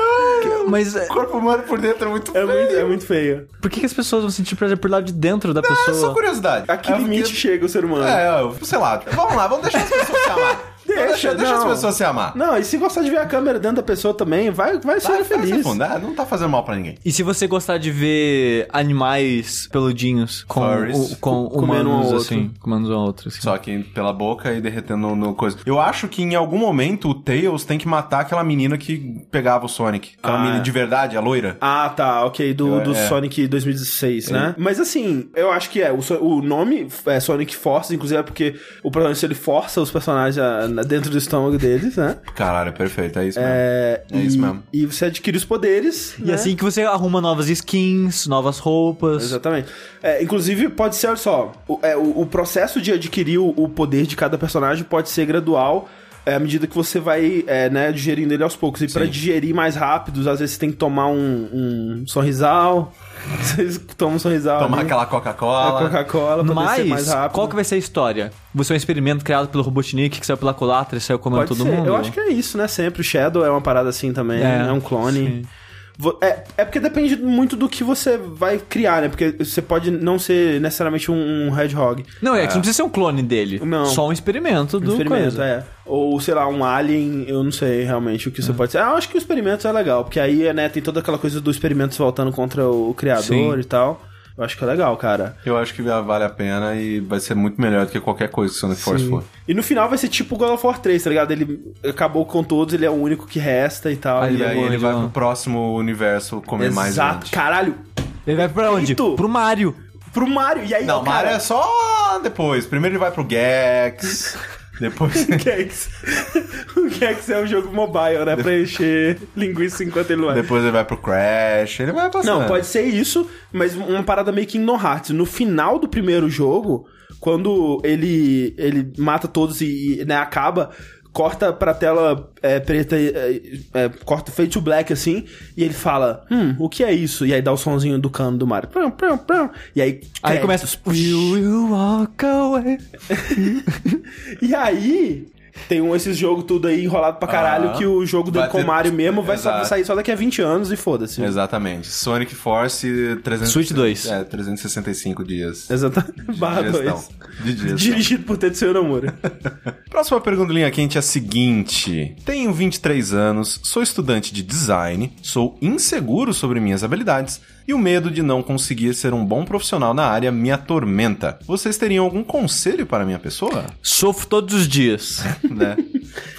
não,
Mas é,
o corpo humano por dentro é muito
É
feio.
muito, é muito feio.
por que, que as pessoas vão sentir prazer por lá de dentro da
É só
pessoa?
curiosidade.
A que
É porque-
limite chega o ser humano?
É, eu- sei lá. Vamos lá, vamos deixar as pessoas se amar.
Deixa,
Vamos deixar- deixa as
não.
pessoas se amar.
Não, e se gostar de ver a câmera dentro da pessoa também, vai, vai ser
Vai se
feliz.
afundar, não tá fazendo mal pra ninguém.
E se você gostar de ver animais peludinhos com,
Furries.
o- com
Comendo um ao
humanos,
outro.
assim, comendo um ao outro, assim.
Só que pela boca e derretendo no- no coisa. Eu acho que em algum momento o Tails tem que matar aquela menina que pegava o Sonic. Aquela
Ah,
menina
é.
de verdade, a loira.
Ah, tá, ok, do, do
É.
Sonic 2016, né? Mas assim, eu acho que é, o, so- o nome é Sonic Force, inclusive é porque o protagonista ele força os personagens a- na- dentro do estômago deles, né?
Caralho, perfeito, é isso mesmo.
É,
É
e,
isso mesmo.
E você adquire os poderes. né?
E assim que você arruma novas skins, novas roupas.
Exatamente. É, inclusive, pode ser, olha só, o, é, o- o processo de adquirir o, o poder de cada personagem pode ser gradual é, à medida que você vai é, né, digerindo ele aos poucos. E pra digerir mais rápido, às vezes você tem que tomar um, um sorrisal. Vocês tomam um sorrisal.
Tomar
ali,
aquela
a
Coca-Cola.
Coca-Cola pra descer
Mas,
mais rápido.
qual que vai ser a história? Você é um experimento criado pelo Robotnik, que saiu pela culatra e saiu comendo
Pode
todo
ser.
mundo?
Eu acho que é isso, né? Sempre. O Shadow é uma parada assim também.
É,
É, um clone.
sim.
vo- É, é porque depende muito do que você vai criar, né? Porque você pode não ser necessariamente um, um hedgehog.
Não, é, que não precisa ser um clone dele.
Não.
Só um experimento do
experimento,
coisa.
é. Ou, sei lá, um alien, eu não sei realmente o que
Uhum.
você pode ser. Ah, eu acho que o experimento é legal, porque aí, né, tem toda aquela coisa do experimento se voltando contra o criador
Sim.
e tal. Eu acho que é legal, cara.
Eu acho que vale a pena e vai ser muito melhor do que qualquer coisa que o Sonic Force for.
E no final vai ser tipo o God of War 3, tá ligado? Ele acabou com todos, ele é o único que resta e tal.
E
E
aí ele
onde,
vai
ó?
pro próximo universo comer mais
Exato,
gente.
caralho.
Ele vai pra onde?
Eito.
Pro Mario.
Pro Mario, e aí,
Não,
ó,
Mario
cara,
é só depois. Primeiro ele vai pro Gex, depois...
Gex. o Gex é um jogo mobile, né? Pra encher linguiça enquanto ele não é.
depois ele vai pro Crash, ele vai passando.
Não, pode ser isso, mas uma parada meio que no Hearts. No final do primeiro jogo, quando ele, ele mata todos e, e, né, acaba, corta pra tela é, preta, é, é, corta fade to black assim, e ele fala: Hum, o que é isso? E aí dá o sonzinho do cano do Mario. Prum, prum, prum. E aí.
Aí
créditos.
começa. Will you walk away?
E aí. Tem um, esses jogos tudo aí enrolado pra caralho
Ah.
que o jogo do
Vai
com
ter-
Mario mesmo vai só-
Exato.
sair só daqui a 20 anos e foda-se.
Exatamente. Sonic Force 300...
Switch 2.
É, 365 dias.
Exatamente. Barra
de gestão.
2.
De gestão.
Dirigido por Tetsuya Nomura.
Próxima pergunta do Linha Quente é a seguinte. Tenho 23 anos, sou estudante de design, sou inseguro sobre minhas habilidades e o medo de não conseguir ser um bom profissional na área me atormenta. Vocês teriam algum conselho para minha pessoa?
Sofro todos os dias.
né?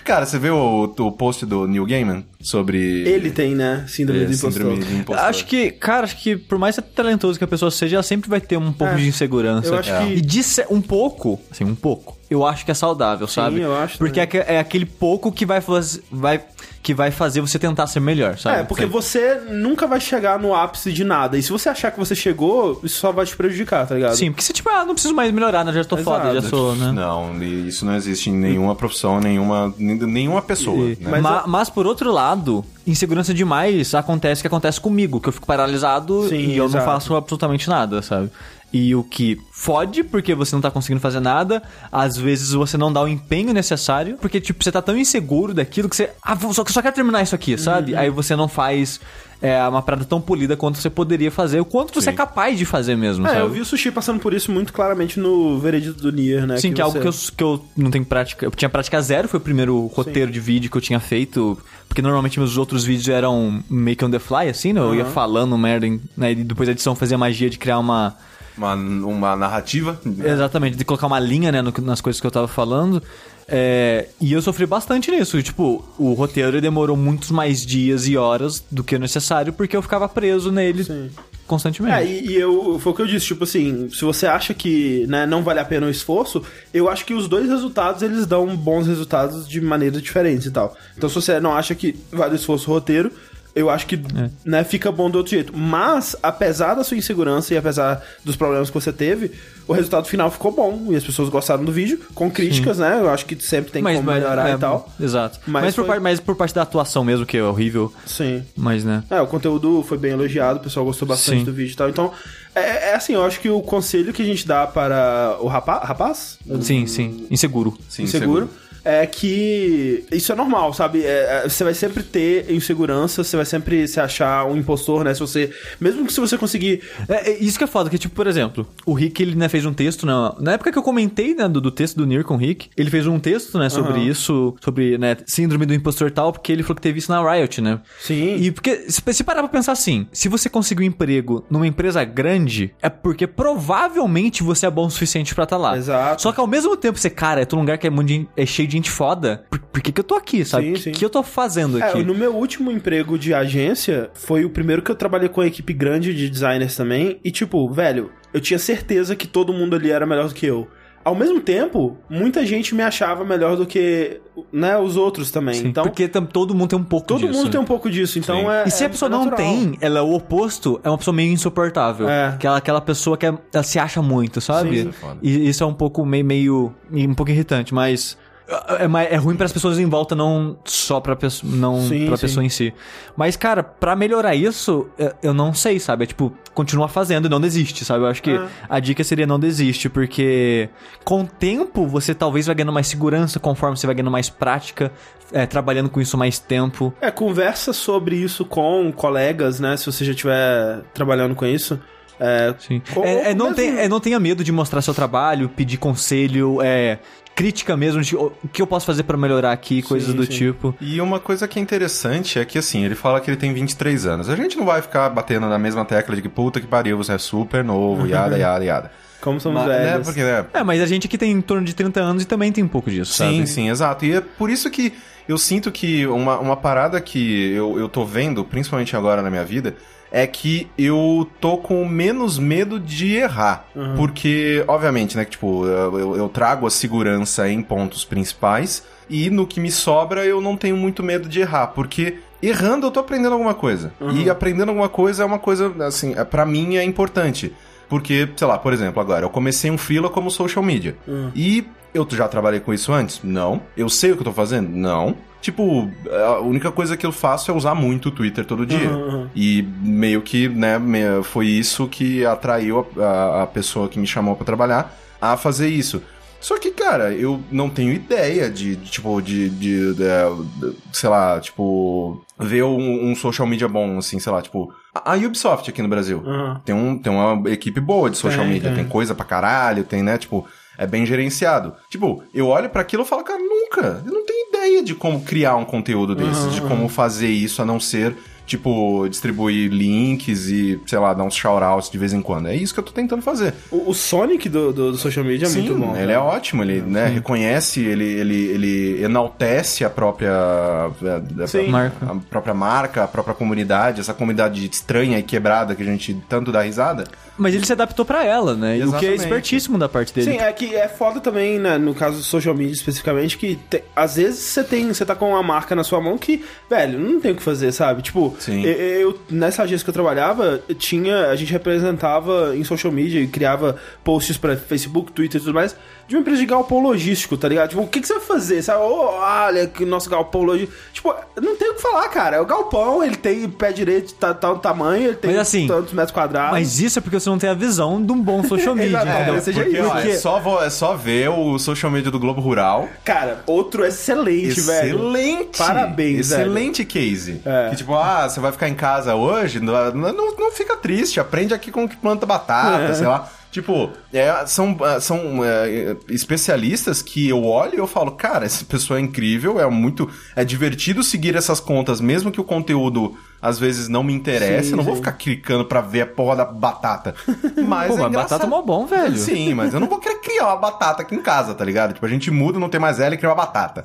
Cara, você viu o, o post do Neil Gaiman sobre...
Ele tem, né? Síndrome
é,
do impostor.
síndrome de impostor?
Acho que, cara, acho que por mais talentoso que a pessoa seja, ela sempre vai ter um pouco
É.
de insegurança.
Eu acho É. que-
E disse um pouco, assim, um pouco. Eu acho que é saudável, sabe?
eu acho
Porque é, aque- é aquele pouco que vai, faz- vai- que vai fazer você tentar ser melhor, sabe?
É, porque você nunca vai chegar no ápice de nada. E se você achar que você chegou, isso só vai te prejudicar, tá ligado?
Sim, porque você, tipo, ah, não preciso mais melhorar, né? Já tô
Exato.
foda, já sou, né?
Não, isso não existe em nenhuma profissão, nenhuma, nenhuma pessoa. né?
Mas,
Mas
Ma-
eu-
mas, por outro lado, insegurança demais acontece o que acontece comigo, que eu fico paralisado
Sim,
e eu
exato.
não faço absolutamente nada, sabe? E o que fode, porque você não tá conseguindo fazer nada, às vezes você não dá o empenho necessário, porque, tipo, você tá tão inseguro daquilo que você. Ah, vou- só, só quero terminar isso aqui,
Uhum.
sabe? Aí você não faz é, uma parada tão polida quanto você poderia fazer, o quanto você é capaz de fazer mesmo,
É,
sabe?
eu vi o Sushi passando por isso muito claramente no Veredito do Nier, né?
Sim, que, é algo
você-
que eu, que eu não tenho prática. Eu tinha prática zero, foi o primeiro roteiro de vídeo que eu tinha feito. Porque normalmente meus outros vídeos eram meio que on the fly, assim, né? Eu ia falando merda, em- né? E depois a edição fazia magia de criar uma.
Uma, uma narrativa.
É.
né?
Exatamente, de colocar uma linha, né, no- nas coisas que eu tava falando. É, e eu sofri bastante nisso. Tipo, o roteiro demorou muitos mais dias e horas do que o necessário, porque eu ficava preso nele constantemente.
É, e, e eu, foi o que eu disse, tipo assim, se você acha que né, não vale a pena o esforço, eu acho que os dois resultados, eles dão bons resultados de maneiras diferentes e tal. Então se você não acha que vale o esforço o roteiro, eu acho que né, fica bom do outro jeito. Mas, apesar da sua insegurança e apesar dos problemas que você teve, o resultado final ficou bom e as pessoas gostaram do vídeo, com críticas, né? Eu acho que sempre tem como melhorar
é,
e tal.
Exato. Mas,
Mas
por
foi-
parte, mas por parte da atuação mesmo, que é horrível.
Sim.
Mas, né?
É, o conteúdo foi bem elogiado, o pessoal gostou bastante
Sim.
do vídeo e tal. Então, é, é assim, eu acho que o conselho que a gente dá para o rapa- rapaz, um
Sim, sim. Inseguro.
Sim,
inseguro, é que isso é normal, sabe? É, é, você vai sempre ter insegurança, você vai sempre se achar um impostor, né? Se você. Mesmo que se você conseguir.
É, é isso que é foda, que tipo, por exemplo, o Rick, ele né, fez um texto, na, na época que eu comentei, né, do, do texto do Nir com o Rick, ele fez um texto, né, sobre isso, sobre, né, síndrome do impostor tal, porque ele falou que teve isso na Riot, né?
Sim.
E porque, se, se parar pra pensar assim, se você conseguiu um emprego numa empresa grande, é porque provavelmente você é bom o suficiente pra estar lá.
Exato.
Só que ao mesmo tempo você, cara, é um lugar que é, muito de- é cheio de gente foda, por, por que que eu tô aqui, sabe?
Sim,
O que,
sim.
que eu tô fazendo
É,
aqui?
no meu último emprego de agência, foi o primeiro que eu trabalhei com a equipe grande de designers também. E, tipo, velho, eu tinha certeza que todo mundo ali era melhor do que eu. Ao mesmo tempo, muita gente me achava melhor do que, né, os outros também.
Sim,
então,
porque tam- todo mundo tem um pouco
todo
disso.
mundo
né?
tem um pouco disso. Então,
Sim.
é.
E se
é-
a pessoa
é
não
natural.
tem, ela é o oposto, é uma pessoa meio insuportável.
É.
Que ela, aquela pessoa que é- ela se acha muito, sabe?
Sim, sim.
E isso é um pouco meio, meio. um pouco irritante, mas. É, ma- é ruim para as pessoas em volta, não só pra, pesso- não
Sim,
pra
sim.
pessoa em si. Mas, cara, pra melhorar isso, é, eu não sei, sabe? É tipo, continua fazendo e não desiste, sabe? Eu acho
É.
que a dica seria não desiste, porque com o tempo você talvez vai ganhando mais segurança conforme você vai ganhando mais prática, é, trabalhando com isso mais tempo.
É, conversa sobre isso com colegas, né? Se você já estiver trabalhando com isso. É,
Sim.
Ou-
É, é, não
mesmo-
tem, é, não tenha medo de mostrar seu trabalho, pedir conselho, é, crítica mesmo, de, o o que eu posso fazer pra melhorar aqui, coisas do
sim.
tipo.
E uma coisa que é interessante é que, assim, ele fala que ele tem 23 anos. A gente não vai ficar batendo na mesma tecla de que puta que pariu, você é super novo, yada, yada, yada.
como somos
Mas, né,
velhos.
porque, né,
É, mas a gente que tem em torno de 30 anos e também tem um pouco disso, sabe?
Sim, sim, exato. E é por isso que eu sinto que uma, uma parada que eu, eu tô vendo, principalmente agora na minha vida, é que eu tô com menos medo de errar.
Hum.
Porque, obviamente, né, que, tipo, eu, eu- eu trago a segurança em pontos principais e no que me sobra eu não tenho muito medo de errar, porque. Errando, eu tô aprendendo alguma coisa. E aprendendo alguma coisa é uma coisa, assim, é- pra mim é importante. Porque, sei lá, por exemplo, agora, eu comecei um freela como social media. E eu já trabalhei com isso antes? Não. Eu sei o que eu tô fazendo? Não. Tipo, a única coisa que eu faço é usar muito o Twitter todo dia.
Uhum.
E meio que, né, me- foi isso que atraiu a, a- a pessoa que me chamou pra trabalhar a fazer isso. Só que, cara, eu não tenho ideia de, de, tipo, de, de- de- de- sei lá, tipo, ver um, um social media bom, assim, sei lá, tipo, a a Ubisoft aqui no Brasil
Aham.
tem, um, tem uma equipe boa de social
Tem,
media,
tem.
tem coisa pra caralho, tem, né, tipo, é bem gerenciado. Tipo, eu olho pra aquilo e falo, cara, nunca, eu não tenho ideia de como criar um conteúdo desses, de como fazer isso a não ser, tipo, distribuir links e, sei lá, dar uns shoutouts de vez em quando. É isso que eu tô tentando fazer.
O, o Sonic do, do, do social media é
Sim,
muito bom.
ele
né?
é ótimo, ele, né, reconhece, ele, ele, ele enaltece a própria... é, a- a-
Sim.
Marca.
A própria marca, a própria comunidade, essa comunidade estranha e quebrada que a gente tanto dá risada.
Mas ele se adaptou pra ela, né? E O que é
Exatamente.
espertíssimo da parte dele.
Sim, é que é foda também, né, no caso do social media especificamente, que te- às vezes você tem, você tá com uma marca na sua mão que, velho, não tem o que fazer, sabe? Tipo,
Sim.
eu, eu- nessa agência que eu trabalhava, eu tinha, a gente representava em social media e criava posts pra Facebook, Twitter e tudo mais, de uma empresa de galpão logístico, tá ligado? Tipo, o que, que você vai fazer, sabe? Ô, olha que nosso galpão logístico. Tipo, não tem o que falar, cara. É o galpão, ele tem pé direito, tá, tá um tamanho, ele tem
Mas assim,
tantos metros quadrados.
Mas isso é porque você não tem a visão de um bom social media,
Exato,
entendeu?
é, você já
Porque, ó,
Porque-
é, só vo- é só ver o social media do Globo Rural.
Cara, outro excelente, velho.
Excelente!
Parabéns,
Excelente case.
É.
Que tipo, ah, você vai ficar em casa hoje? Não, não, não fica triste, aprende aqui como que planta batata, sei lá. Tipo, é, são, ah, são é, especialistas que eu olho e eu falo, cara, essa pessoa é incrível, é muito. É divertido seguir essas contas, mesmo que o conteúdo às vezes não me interesse.
Sim,
eu não vou
sim.
ficar clicando pra ver a porra da batata. Mas é
Pô, mas batata é
engraçado.
mó bom, velho.
Sim, mas eu não vou querer criar uma batata aqui em casa, tá ligado? Tipo, a gente muda, não tem mais ela e cria uma batata.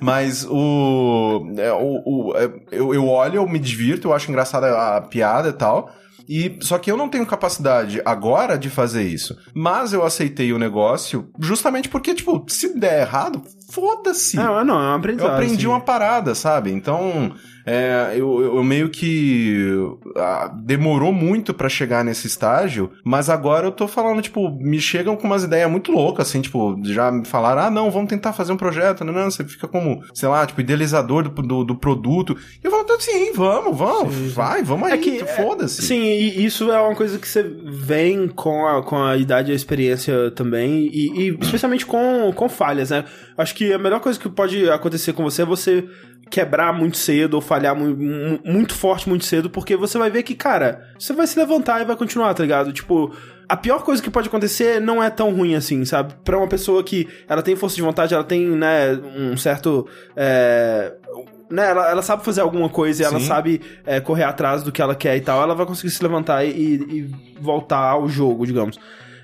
Mas o. é, o, o- é, eu, eu olho, eu me divirto, eu acho engraçada a, a piada e tal. E, só que eu não tenho capacidade agora de fazer isso. Mas eu aceitei o negócio justamente porque, tipo, se der errado, foda-se.
Ah, mas não, é um
Eu
aprendizado.
aprendi
assim.
uma parada, sabe? Então, é, eu, eu- eu meio que. ah, demorou muito pra chegar nesse estágio, mas agora eu tô falando, tipo, me chegam com umas ideias muito loucas, assim, tipo, já me falaram, ah, não, vamos tentar fazer um projeto, não, não, você fica como, sei lá, tipo, idealizador do, do, do produto. E eu falo, "Então, sim, vamos, vamos, vai, vamos
É
aí,
que-
foda-se.
Sim, e isso é uma coisa que você vem com a, com a idade e a experiência também, e, e especialmente com, com falhas, né? Acho que a melhor coisa que pode acontecer com você é você quebrar muito cedo ou falhar mu- mu- muito forte muito cedo, porque você vai ver que, cara, você vai se levantar e vai continuar, tá ligado? Tipo, a pior coisa que pode acontecer não é tão ruim assim, sabe? Pra uma pessoa que ela tem força de vontade, ela tem, né, um certo. é, né, ela, ela sabe fazer alguma coisa, e ela
Sim.
sabe é, correr atrás do que ela quer e tal, ela vai conseguir se levantar e, e voltar ao jogo, digamos.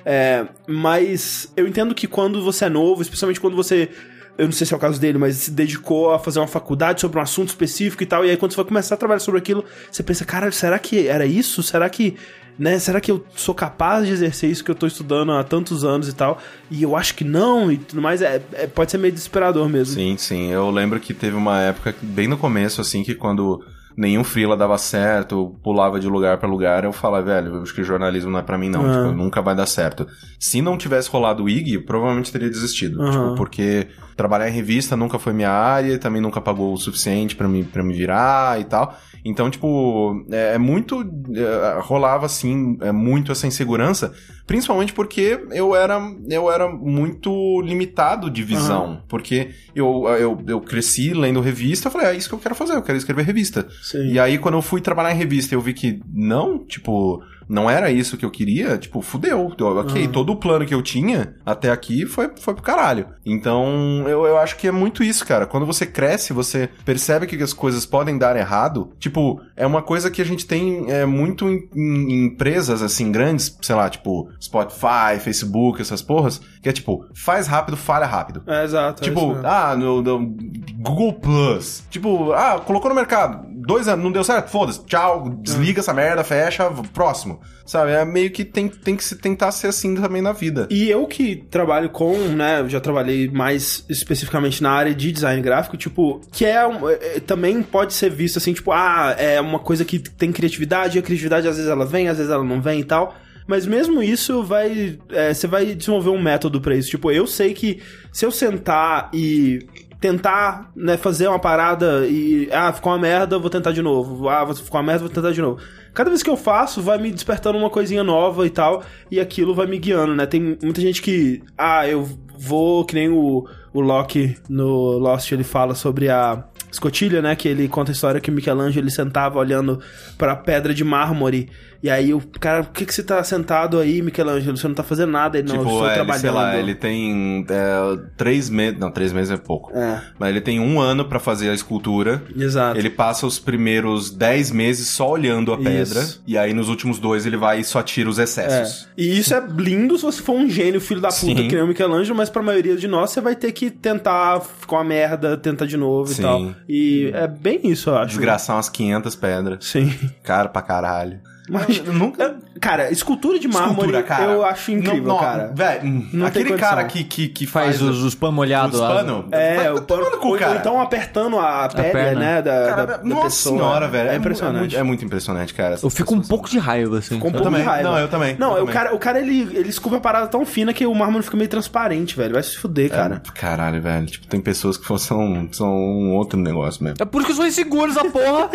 É, mas eu entendo que quando você é novo, especialmente quando você. Eu não sei se é o caso dele, mas se dedicou a fazer uma faculdade sobre um assunto específico e tal. E aí, quando você vai começar a trabalhar sobre aquilo, você pensa, caralho, será que era isso? Será que. Né? Será que eu sou capaz de exercer isso que eu tô estudando há tantos anos e tal? E eu acho que não e tudo mais. É, é- pode ser meio desesperador mesmo.
Sim, sim. Eu lembro que teve uma época, bem no começo, assim, que quando nenhum freela dava certo, eu pulava de lugar pra lugar, eu falava, velho, eu acho que jornalismo não é pra mim não,
Ah.
tipo, nunca vai dar certo. Se não tivesse rolado o IG, eu provavelmente teria desistido,
Aham.
tipo, porque trabalhar em revista nunca foi minha área, e também nunca pagou o suficiente pra me, pra me virar e tal. Então, tipo, é, é muito. é, rolava assim, é muito essa insegurança, principalmente porque eu era, eu era muito limitado de visão. Porque eu, eu, eu cresci lendo revista, eu falei, ah, é isso que eu quero fazer, eu quero escrever revista.
Sim.
E aí, quando eu fui trabalhar em revista, eu vi que não, tipo, não era isso que eu queria, tipo, fudeu. Eu- Ok,
Uhum.
todo o plano que eu tinha até aqui foi, foi pro caralho. Então, eu, eu acho que é muito isso, cara. Quando você cresce, você percebe que as coisas podem dar errado. Tipo, é uma coisa que a gente tem é, muito em, em- em empresas, assim, grandes, sei lá, tipo, Spotify, Facebook, essas porras, que é tipo, faz rápido, falha rápido.
É, exato. é isso
Tipo,
mesmo.
ah, no, no Google Plus. Tipo, ah, colocou no mercado. Dois anos, não deu certo? Foda-se. Tchau,
É.
desliga essa merda, fecha, v- próximo. Sabe? É meio que tem, tem que se tentar ser assim também na vida.
E eu que trabalho com, né, eu já trabalhei mais especificamente na área de design gráfico, tipo, que é, um- é- é- também pode ser visto assim, tipo, ah, é uma coisa que tem criatividade, e a criatividade às vezes ela vem, às vezes ela não vem e tal. Mas mesmo isso vai, é, você vai desenvolver um método pra isso. Tipo, eu sei que se eu sentar e tentar, né, fazer uma parada e ah, ficou uma merda, vou tentar de novo. Ah, ficou uma merda, vou tentar de novo. Cada vez que eu faço, vai me despertando uma coisinha nova e tal, e aquilo vai me guiando, né? Tem muita gente que, ah, eu vou que nem o o Loki no Lost, ele fala sobre a escotilha, né, que ele conta a história que o Michelangelo ele sentava olhando pra pedra de mármore. E aí o cara, por que que você tá sentado aí, Michelangelo? Você não tá fazendo nada, ele não, eu estou
é, ele,
trabalhando.
sei lá, ele tem é, três meses. Não, três meses é pouco.
É,
Mas ele tem um ano pra fazer a escultura.
exato.
Ele passa os primeiros dez meses só olhando a pedra.
Isso.
E aí nos últimos dois ele vai e só tira os
É.
excessos.
E isso é lindo se você for um gênio, filho da puta,
Sim.
que nem o Michelangelo, mas pra maioria de nós você vai ter que tentar ficar uma merda, tentar de novo
Sim.
e tal. E é bem isso, eu acho.
Desgraçar umas 500 pedras.
Sim.
Cara pra caralho.
Mas, é,
Eu nunca.
cara, escultura de mármore
Escultura, cara.
eu acho incrível,
Não- não,
cara.
Véi, hum,
Não tem
aquele
condição.
cara que, que, que
Faz os, os pano molhado
os
lá.
pano.
É,
Vai
o
tomar
pano,
no cu,
ou
cara.
então apertando a pele,
perna.
né, da,
Cara,
da- da
nossa
pessoa.
senhora, velho.
É
mu-
impressionante.
muito- É muito impressionante, cara.
Eu fico um pouco de raiva, assim.
Com um
sabe?
Eu
pouco de
também.
raiva.
Não, eu também,
Não,
eu
o
também.
cara, o cara ele, ele esculpe a parada tão fina que o mármore fica meio transparente, velho. Vai se fuder, cara.
Cara, caralho, velho. Tipo, tem pessoas que são, são um outro negócio mesmo.
É por isso que eu sou inseguro, essa porra.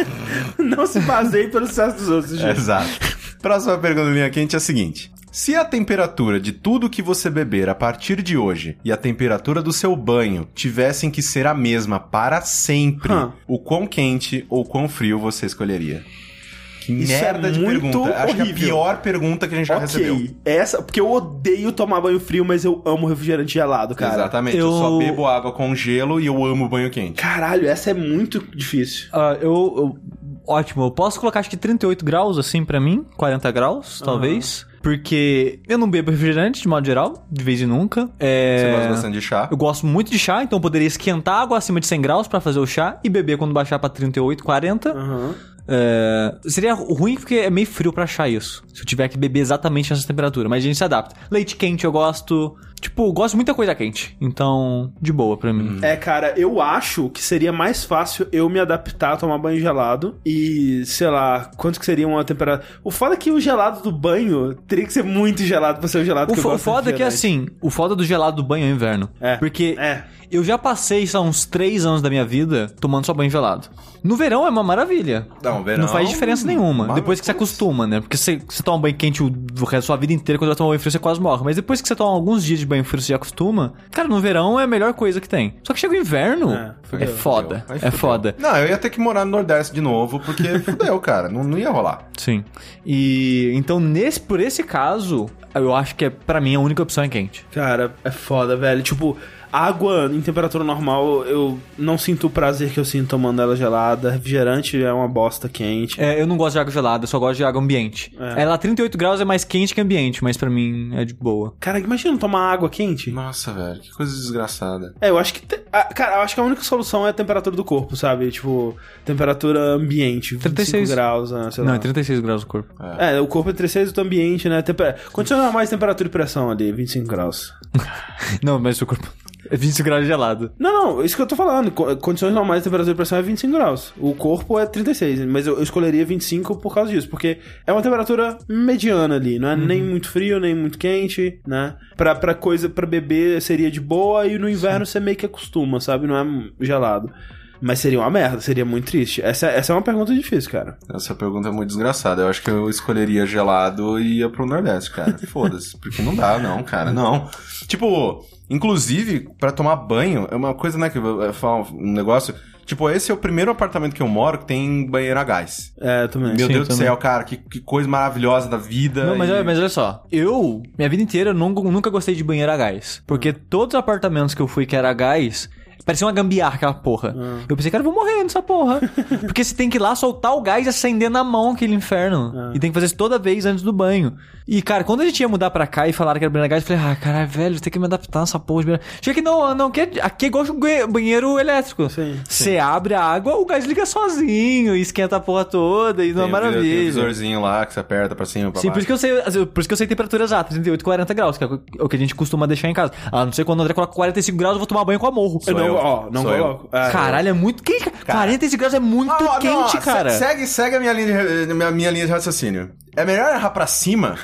Não se baseie pelo sucesso dos
É.
outros, gente.
Exato. Próxima pergunta do linha quente é a seguinte: se a temperatura de tudo que você beber a partir de hoje e a temperatura do seu banho tivessem que ser a mesma para sempre,
Hã.
o quão quente ou quão frio você escolheria? Que
Isso é
merda de
muito
pergunta. Acho que é a
horrível.
pior pergunta que a gente já recebeu.
Essa, porque eu odeio tomar banho frio, mas eu amo refrigerante gelado, cara.
Exatamente. Eu...
eu-
só bebo água com gelo e eu amo banho quente.
Caralho, essa é muito difícil.
Ah, eu, eu- Ótimo, eu posso colocar acho que 38 graus assim pra mim, 40 graus, talvez. Porque eu não bebo refrigerante de modo geral, de vez em nunca. É,
Você gosta bastante de chá?
Eu gosto muito de chá, então eu poderia esquentar água acima de 100 graus pra fazer o chá e beber quando baixar pra 38, 40.
Aham.
É, seria ruim porque é meio frio pra achar isso. Se eu tiver que beber exatamente nessa temperatura, mas a gente se adapta. Leite quente eu gosto. Tipo, eu gosto de muita coisa quente. Então, de boa pra mim.
É, cara, eu acho que seria mais fácil eu me adaptar a tomar banho gelado e, sei lá, quanto que seria uma temperatura. O foda é que o gelado do banho teria que ser muito gelado pra ser o gelado
O,
que eu
fo-
gosto
o foda é que
refrigerante.
assim, o foda do gelado do banho é o inverno.
É.
Porque
É.
eu já passei só uns 3 anos da minha vida tomando só banho gelado. No verão é uma maravilha.
Não, verão-
faz diferença nenhuma.
Maravilha.
Depois que você acostuma, né? Porque você, você toma banho quente o o resto da sua vida inteira, quando você toma banho frio, você quase morre. Mas depois que você toma alguns dias de banho frio, você já acostuma. Cara, no verão é a melhor coisa que tem. Só que chega o inverno,
É,
é,
fudeu,
foda.
fudeu. Aí
É
fudeu.
foda.
Não, eu ia ter que morar no Nordeste de novo, porque fudeu, cara. Não, não ia rolar.
Sim. E então, nesse, por esse caso, eu acho que é, pra mim a única opção é quente.
Cara, é foda, velho. Tipo, água em temperatura normal, eu não sinto o prazer que eu sinto tomando ela gelada. Refrigerante é uma bosta quente.
É, eu não gosto de água gelada, eu só gosto de água ambiente.
É.
Ela 38 graus é mais quente que ambiente, mas pra mim é de boa.
Cara, imagina tomar água quente.
Nossa, velho, que coisa desgraçada.
É, eu acho que. te- ah, Cara, eu acho que a única solução é a temperatura do corpo, sabe? Tipo, temperatura ambiente, 36
36.
graus, né? sei
não,
lá.
é 36 graus o corpo.
É, o corpo é 36 do ambiente, né? Temper... Condição normal de temperatura e pressão ali, 25 graus.
Não, mas o corpo. É 25 graus gelado.
Não, não, isso que eu tô falando. Co- Condições normais de temperatura e pressão é 25 graus. O corpo é 36, mas eu eu escolheria 25 por causa disso, porque é uma temperatura mediana ali, não é
Uhum.
nem muito frio, nem muito quente, né? Pra, pra coisa, pra beber seria de boa e no inverno você meio que acostuma, sabe? Não é gelado. Mas seria uma merda, seria muito triste. Essa, essa é uma pergunta difícil, cara.
Essa pergunta é muito desgraçada. Eu acho que eu escolheria gelado e ia pro Nordeste, cara. Foda-se. Porque não dá, não, cara. Não. Tipo, inclusive, pra tomar banho, é uma coisa, né, que eu eu falo um negócio. Tipo, esse é o primeiro apartamento que eu moro que tem banheiro a gás.
É, eu também.
Meu
Sim,
Deus do
também.
céu, cara, que, que coisa maravilhosa da vida.
Não, mas, é
e-
olha- mas olha só, eu, minha vida inteira, nunca, nunca gostei de banheiro a gás. Porque todos os apartamentos que eu fui que era a gás, parecia uma gambiarra aquela porra.
Ah.
Eu pensei, cara, eu vou morrer nessa porra. porque você tem que ir lá soltar o gás e acender na mão aquele inferno. E tem que fazer isso toda vez antes do banho. E, cara, quando a gente ia mudar pra cá e falaram que era banheiro a gás, eu falei, ah, caralho, velho, tem que me adaptar nessa porra de banheiro. Chega que não, não, que aqui é igual banhe- banheiro elétrico.
Sim,
Você abre a água, o gás liga sozinho e esquenta a porra toda e
tem
não é
o- tem o
maravilha.
visorzinho lá que você aperta pra cima, pra
Sim,
baixo.
por isso que eu sei, às vezes, por isso que eu sei temperatura exata, 38, 40 graus, que é o que a gente costuma deixar em casa. A não ser quando o André coloca 45 graus, eu vou tomar banho com a morro.
Eu não,
eu.
ó, não
Sou eu.
coloco. É.
Caralho, é muito quente. cara. 45 graus é muito
Ah,
quente,
não, se-
cara.
Segue, segue a minha linha, de, re- eh, minha, minha linha de raciocínio. É melhor errar pra cima?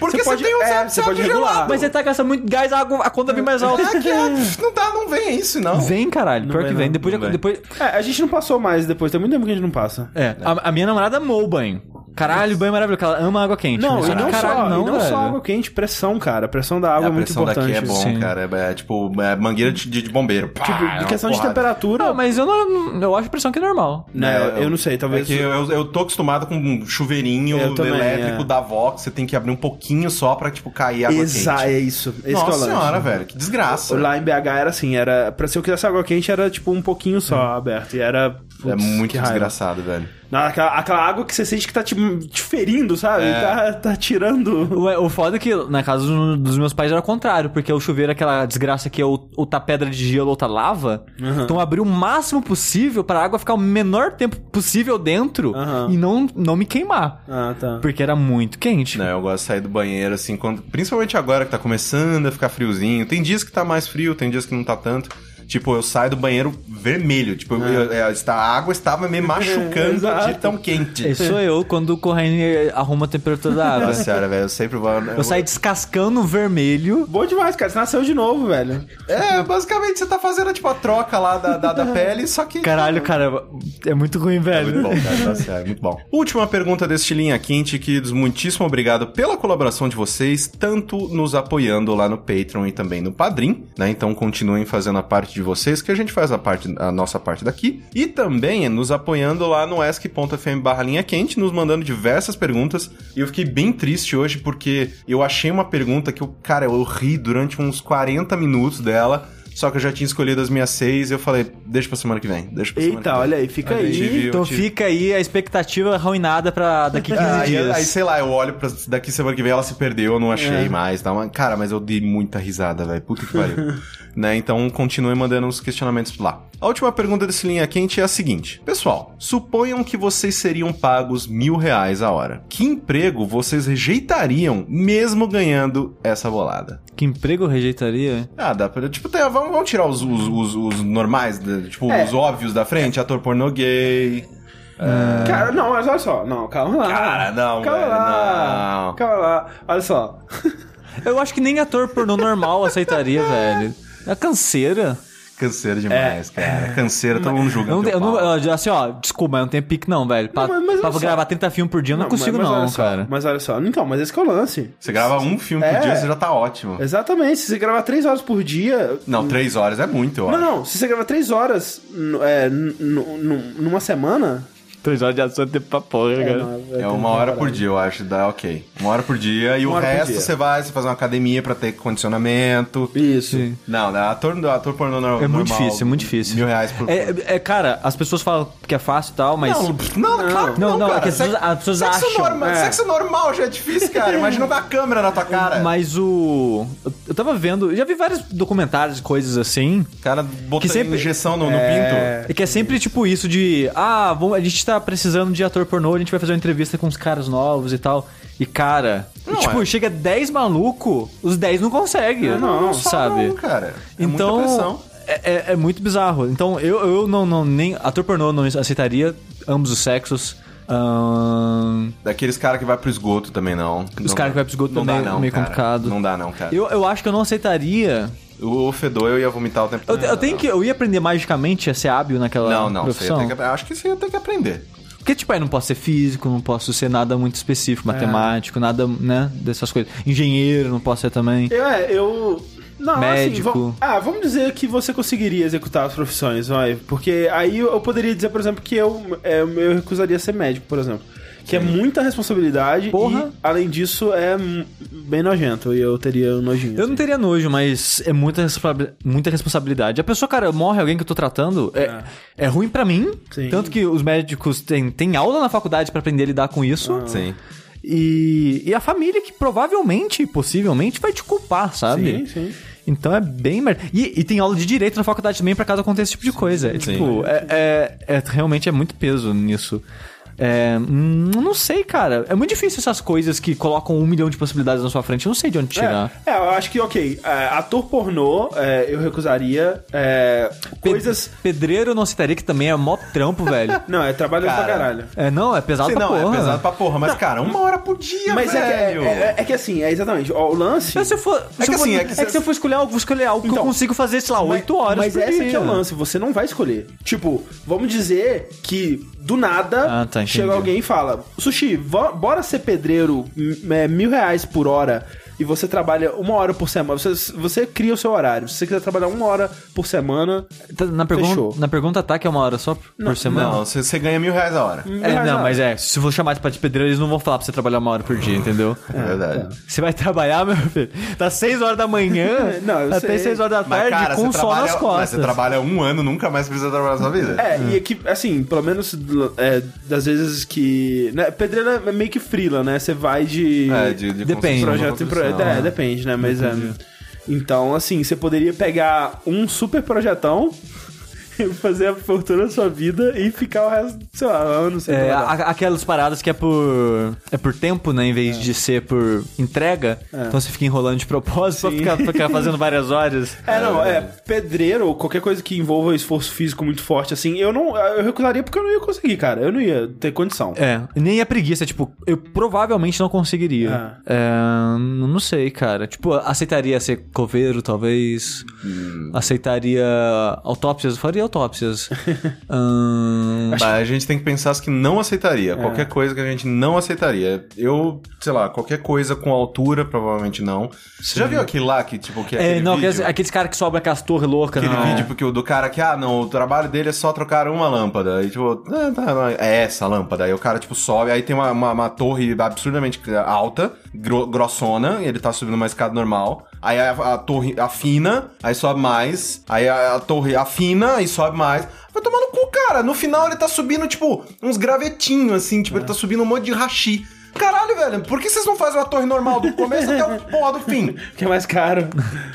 Porque você,
Você pode-
tem um
é,
certo,
você pode
certo
regular.
gelado.
Mas você tá gastando muito gás, a, água- a conta vem mais alta.
É que é- não dá, não vem, é isso não.
Vem, caralho. Pior
vai
que
não,
vem. Depois,
não
de-
vai.
depois,
É, a gente não passou mais depois, tem muito tempo que a gente não passa.
É, a, a minha namorada amou o banho. Caralho, banho é maravilhoso, que ela ama água quente.
Não,
Mas,
e não,
caralho,
só, e não só
velho.
água quente, pressão, cara. A pressão da
É,
água
a
é muito
pressão daqui
importante.
é bom,
Sim.
cara. É, é tipo, é mangueira de, de- de bombeiro. Pá,
Tipo,
é
de
uma
questão de
porrada.
temperatura.
Não, mas eu não. Eu acho a pressão que é normal.
né,
É,
eu, eu não sei, talvez.
É que eu, eu- eu tô acostumado com um chuveirinho
Eu também,
elétrico
é.
da Vox, você tem que abrir um pouquinho só pra, tipo, cair água
Exa
quente.
é isso. Esse que é
Nossa
o lance.
senhora, velho, que desgraça.
Lá em BH era assim, era. Pra se eu quisesse água quente, era tipo um pouquinho só aberto. E era.
Hum. é
putz,
muito
que raiva.
desgraçado, velho.
Não, aquela, aquela água que você sente que tá te, te ferindo, sabe?
É.
Tá, tá tirando.
Ué, o foda é que na casa do- dos meus pais era o contrário, porque o chuveiro, é aquela desgraça que é ou, ou tá pedra de gelo ou tá lava. Então abriu o máximo possível pra água ficar o menor tempo possível dentro
Aham.
e não, não me queimar.
Ah, tá.
Porque era muito quente.
Não, Né, eu gosto de sair do banheiro, assim, quando, principalmente agora que tá começando a ficar friozinho. Tem dias que tá mais frio, tem dias que não tá tanto. Tipo, eu saio do banheiro vermelho. Tipo, eu- eu- é, está- a água estava me machucando
Exato.
de tão quente.
Esse sou É eu quando o Corraine arruma a temperatura da água. assim.
Nossa senhora, velho, eu sempre vou. né,
Eu saí descascando o vermelho.
Bom demais, cara. Você nasceu de novo, velho.
É, basicamente você tá fazendo, tipo, a troca lá da, da, da pele, só que.
Caralho, cara, é muito ruim,
Muito
velho.
bom, cara. Nossa, é muito bom. Última pergunta deste Linha Quente, queridos. Muitíssimo obrigado pela colaboração de vocês, tanto nos apoiando lá no Patreon e também no Padrim, né? Então continuem fazendo a parte de vocês, que a gente faz a, parte, a nossa parte daqui. E também nos apoiando lá no ask.fm barra Linha Quente, nos mandando diversas perguntas. E eu fiquei bem triste hoje, porque eu achei uma pergunta que eu, cara, eu ri durante uns 40 minutos dela. Só que eu já tinha escolhido as minhas seis e eu falei, deixa pra semana que vem, deixa pra semana que
Eita,
vem.
olha aí, fica
tá. Olha aí,
aí.
tive-
Então
Eu tive-
fica aí a expectativa arruinada pra daqui 15
Ah, Aí,
dias.
aí, sei lá, eu olho pra daqui semana que vem, ela se perdeu, eu não achei
É.
mais. Tá uma... Cara, mas eu dei muita risada, velho. Puta que pariu. né? Então continue mandando os questionamentos lá. A última pergunta desse linha quente é a seguinte: Pessoal, suponham que vocês seriam pagos mil reais a hora. Que emprego vocês rejeitariam mesmo ganhando essa bolada?
Que emprego eu rejeitaria?
Ah, dá pra. Tipo, tem- vamos, vamos tirar os, os, os- os normais, né? tipo,
É.
os óbvios da frente, ator pornô gay.
Cara, não, mas olha só. Não, calma lá.
Cara, Ah, não,
calma
velho,
lá.
não.
Calma lá. Olha só.
Eu acho que nem ator pornô normal aceitaria, velho. É canseira.
Canseira demais, cara. Canseira, todo mundo julga.
Eu É. não,
teu
tenho- eu não-
pau.
eu- assim, ó, desculpa, mas eu não tenho pique não, velho. Pra,
Não, mas- mas
pra
olha só.
gravar 30 filmes por dia eu não, consigo
mas, mas
não,
olha só,
cara.
Mas olha só. Então, mas esse que é o lance.
Você grava um filme por
É.
dia, você já tá ótimo.
Exatamente. Se você gravar três horas por dia.
Não, três horas é muito, eu
Não,
acho.
não. Se você gravar três horas n- é, n- n- n- numa semana.
Três horas de ação é tempo pra porra,
É,
cara.
não, vai
É
ter
uma
que
hora
parar.
por dia, eu acho, dá ok. Uma hora por dia e
Uma
o
hora por
resto
dia.
você vai, você faz uma academia pra ter condicionamento.
Isso.
Sim.
Não, né, ator, ator pornô normal. né?
É muito difícil, é muito difícil.
Mil reais por
É, é, cara, as pessoas falam que é fácil e tal, mas...
Não, pff, não, claro que
Não,
não,
não,
cara.
é que as
Sexo-
pessoas- as pessoas
sexo
acham,
Normal,
é.
Sexo normal já é difícil, cara. Imagina com a câmera na tua cara.
Mas o... eu- Eu tava vendo... eu já vi vários documentários, coisas assim...
O cara botou
Que sempre-
injeção no, no
É.
pinto.
É que é sempre tipo isso de, ah, vamos- a gente tá precisando de ator pornô, a gente vai fazer uma entrevista com os caras novos e tal. e cara. e,
Não,
tipo,
é.
chega 10 maluco, os 10 não conseguem.
não, não
sabe?
Não, cara. É
então.
muita pressão.
é, é- é muito bizarro. Então, eu, eu não, não. Nem. Ator pornô não aceitaria ambos os sexos. Ahn,
Daqueles caras que vai pro esgoto também não. Os
caras que vai pro esgoto também é meio complicado.
Não dá não, cara.
eu, eu acho que eu não aceitaria.
O fedor eu ia vomitar o tempo
Eu,
todo.
eu tenho que. Eu ia aprender magicamente a ser hábil naquela.
Não, não. Você ia
profissão.
ter que... Acho que você ia ter que aprender.
Porque, tipo, aí não posso ser físico, não posso ser nada muito específico,
É.
matemático, nada, né? Dessas coisas. Engenheiro, não posso ser também.
Eu, é, eu. Não,
Médico.
assim. vam- Ah, vamos dizer que você conseguiria executar as profissões, vai. Porque aí eu eu poderia dizer, por exemplo, que eu, é, eu recusaria ser médico, por exemplo. Que é muita responsabilidade
Porra.
e, além disso, é hum, bem nojento e eu teria um nojinho.
Eu não
assim.
teria nojo, mas é muita, responsabi- muita responsabilidade. A pessoa, cara, morre alguém que eu tô tratando, é, é ruim pra mim.
Sim.
Tanto que os médicos têm, têm aula na faculdade pra aprender a lidar com isso.
Ah.
Sim.
E, e a família que provavelmente, possivelmente, vai te culpar, sabe?
assim. Sim, sim.
Então é bem mer... e, e tem aula de direito na faculdade também pra caso aconteça esse tipo de coisa. É, tipo, é, é- é- realmente é muito peso nisso. É, hum, não sei, cara. É muito difícil essas coisas que colocam um milhão de possibilidades na sua frente. Eu não sei de onde tirar.
É, é, eu acho que, ok, é, ator pornô é, eu recusaria. é,
Pe-
coisas.
Pedreiro eu não citaria, que também é mó trampo, velho.
Não, é trabalho pra
Cara,
caralho.
É, não, é pesado
Sim,
pra
não,
porra.
é pesado pra porra. Mas, cara, uma hora por dia,
Mas é,
velho.
que- é, é- é que assim, é exatamente. ó, o lance.
Mas se eu for, se
que
eu for-
assim, é
é
que
que
se-
se eu for escolher algo, vou escolher algo que eu
Então,
consigo fazer, sei lá, 8 horas
Mas
por
esse
dia.
aqui é o lance, você não vai escolher. Tipo, vamos dizer que do nada
Ah, tá, entendi.
chega alguém e fala: Sushi, vo- bora ser pedreiro m- é, mil reais por hora e você trabalha uma hora por semana. Você, você cria o seu horário. Se você quiser trabalhar uma hora por semana.
Tá, Na
Fechou.
pergunta, na pergunta tá que é uma hora só por semana?
Não, você você ganha mil reais a hora.
mil
É,
reais
não,
a
mas
hora.
é, se você chamar isso pra de pedreiro, eles não vão falar pra você trabalhar uma hora por dia, entendeu?
É verdade.
Você vai trabalhar, meu filho, das 6 horas da manhã
Não, eu
até
sei.
6 horas da
Mas,
tarde
cara,
com
você
sol
trabalha,
nas
mas
costas.
você trabalha um ano, nunca mais precisa trabalhar na sua vida.
É, e aqui, assim, pelo menos é, das vezes que. Né, pedreiro é meio que frila, né? Você vai de.
É, de, de construção,
projeto
Depende.
em
construção.
projeto. É, depende, né? Mas é. Então, assim, você poderia pegar um super projetão. e Fazer a fortuna da sua vida e ficar o resto, sei lá, anos sem
É,
trabalhar.
a- aquelas paradas que é por é por tempo, né? Em vez
É.
de ser por entrega. Então você fica enrolando de propósito pra ficar, ficar fazendo várias horas.
É, não, é, pedreiro ou qualquer coisa que envolva esforço físico muito forte, assim, eu não, eu recusaria porque eu não ia conseguir, cara, eu não ia ter condição.
É, nem a preguiça, tipo, eu provavelmente não conseguiria. É, não sei, cara. Tipo, aceitaria ser coveiro, talvez.
Hum.
Aceitaria autópsias, eu faria autópsias. Ahn,
Tá, a gente tem que pensar as que não
É.
aceitaria. Qualquer coisa que a gente não aceitaria. Eu, sei lá, qualquer coisa com altura, provavelmente não. Você já viu aquele lá que, tipo, que é,
é,
aquele
não,
vídeo?
aqueles, aqueles caras que sobram aquelas torres loucas,
Aquele
não. é.
vídeo porque o do cara que, ah, não, o trabalho dele é só trocar uma lâmpada. Aí, tipo, ah, tá, não, é essa a lâmpada. Aí o cara, tipo, sobe, aí tem uma, uma, uma torre absurdamente alta, gro- grossona, e ele tá subindo uma escada normal. Aí a, a torre afina, aí sobe mais. Aí a, a torre afina, aí sobe mais. Vai tomar no cu, cara. No final ele tá subindo, tipo, uns gravetinhos, assim, tipo, ele tá subindo um monte de rachi. Caralho, velho, por que vocês não fazem uma torre normal do começo até o porra do fim?
Que é mais caro.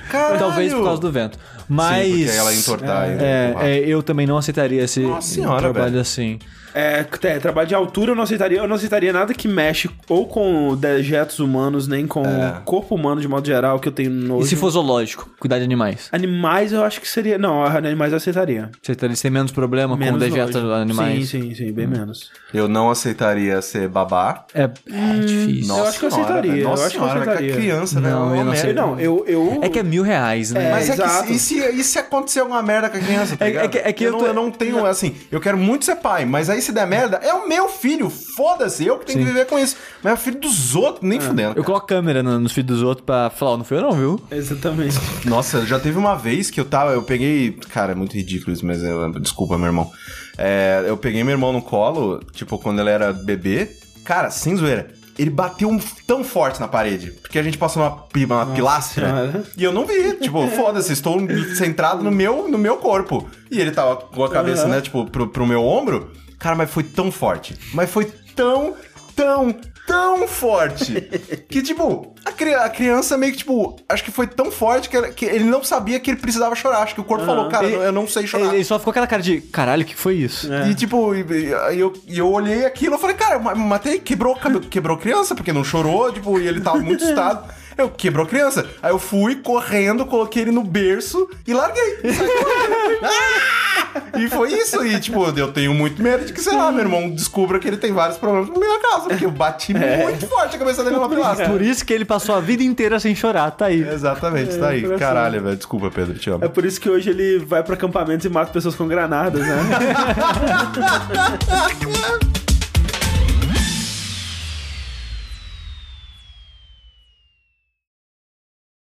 Caralho.
Talvez por causa do vento. Mas.
Sim, porque ela entortar e
É,
empurrar.
é, eu também não aceitaria esse
Nossa senhora,
trabalho
velho.
assim.
É, é, trabalho de altura eu não aceitaria. Eu não aceitaria nada que mexe ou com dejetos humanos, nem com o corpo humano de modo geral, que eu tenho nojo.
É. E se for zoológico, cuidar de animais?
Animais eu acho que seria. Não, animais eu aceitaria.
Aceitaria ter menos problema com dejetos
nojo.
animais? Hum.
Sim, sim, sim, bem menos.
Eu não aceitaria ser babá.
É, é difícil.
Nossa
acho que eu
senhora,
aceitaria,
velho.
eu
Nossa
acho que eu
senhora, velho,
aceitaria.
criança, né?
Não,
É uma
eu não
merda.
sei.
Não, eu. eu...
É que é mil reais, né?
Mas é,
Exato.
que se- e se, e se acontecer alguma merda com a criança, tá
É- é
ligado?
que- é que
eu,
eu
não,
tô-
eu não tenho, assim, eu quero muito ser pai, mas aí se der merda, é o meu filho, foda-se, eu que tenho que viver com isso. Mas é o filho dos outros, nem fudendo.
Eu
cara.
coloco câmera no- nos filhos dos outros pra falar, "Ó, não foi eu não, viu?
Exatamente.
Nossa, já teve uma vez que eu tava. Eu peguei. Cara, é muito ridículo isso, mas eu- desculpa, meu irmão. É, eu peguei meu irmão no colo, tipo, quando ele era bebê. Cara, sem zoeira. Ele bateu um f- tão forte na parede, porque a gente passou uma, pi- uma pilastra
Senhora.
e eu não vi. Tipo, foda-se, estou centrado no meu, no meu corpo. E ele tava com a cabeça, né, tipo, pro, pro meu ombro. Cara, mas foi tão forte. Mas foi tão, tão, tão forte que, tipo, a, cri- a criança meio que, tipo, acho que foi tão forte que, ela- que ele não sabia que ele precisava chorar. Acho que o corpo falou, cara, eu não sei chorar.
Ele ele só ficou com aquela cara de caralho, o que foi isso?
E tipo, e- e- aí eu, e eu olhei aquilo, eu falei, cara, ma- matei, quebrou, cabe- quebrou criança, porque não chorou, tipo, e ele tava muito assustado. Eu quebrou criança. Aí eu fui correndo, coloquei ele no berço e larguei. Saí correndo. Ah! e foi isso. E tipo, eu tenho muito medo de que, sei lá, meu irmão descubra que ele tem vários problemas na minha casa, porque eu bati muito forte a cabeça dele na pilastra.
Por isso que ele passou a vida inteira sem chorar, tá aí.
Exatamente, tá aí.
engraçado.
Caralho, velho. Desculpa, Pedro, te amo.
É por isso que hoje ele vai pra acampamento e mata pessoas com granadas, né?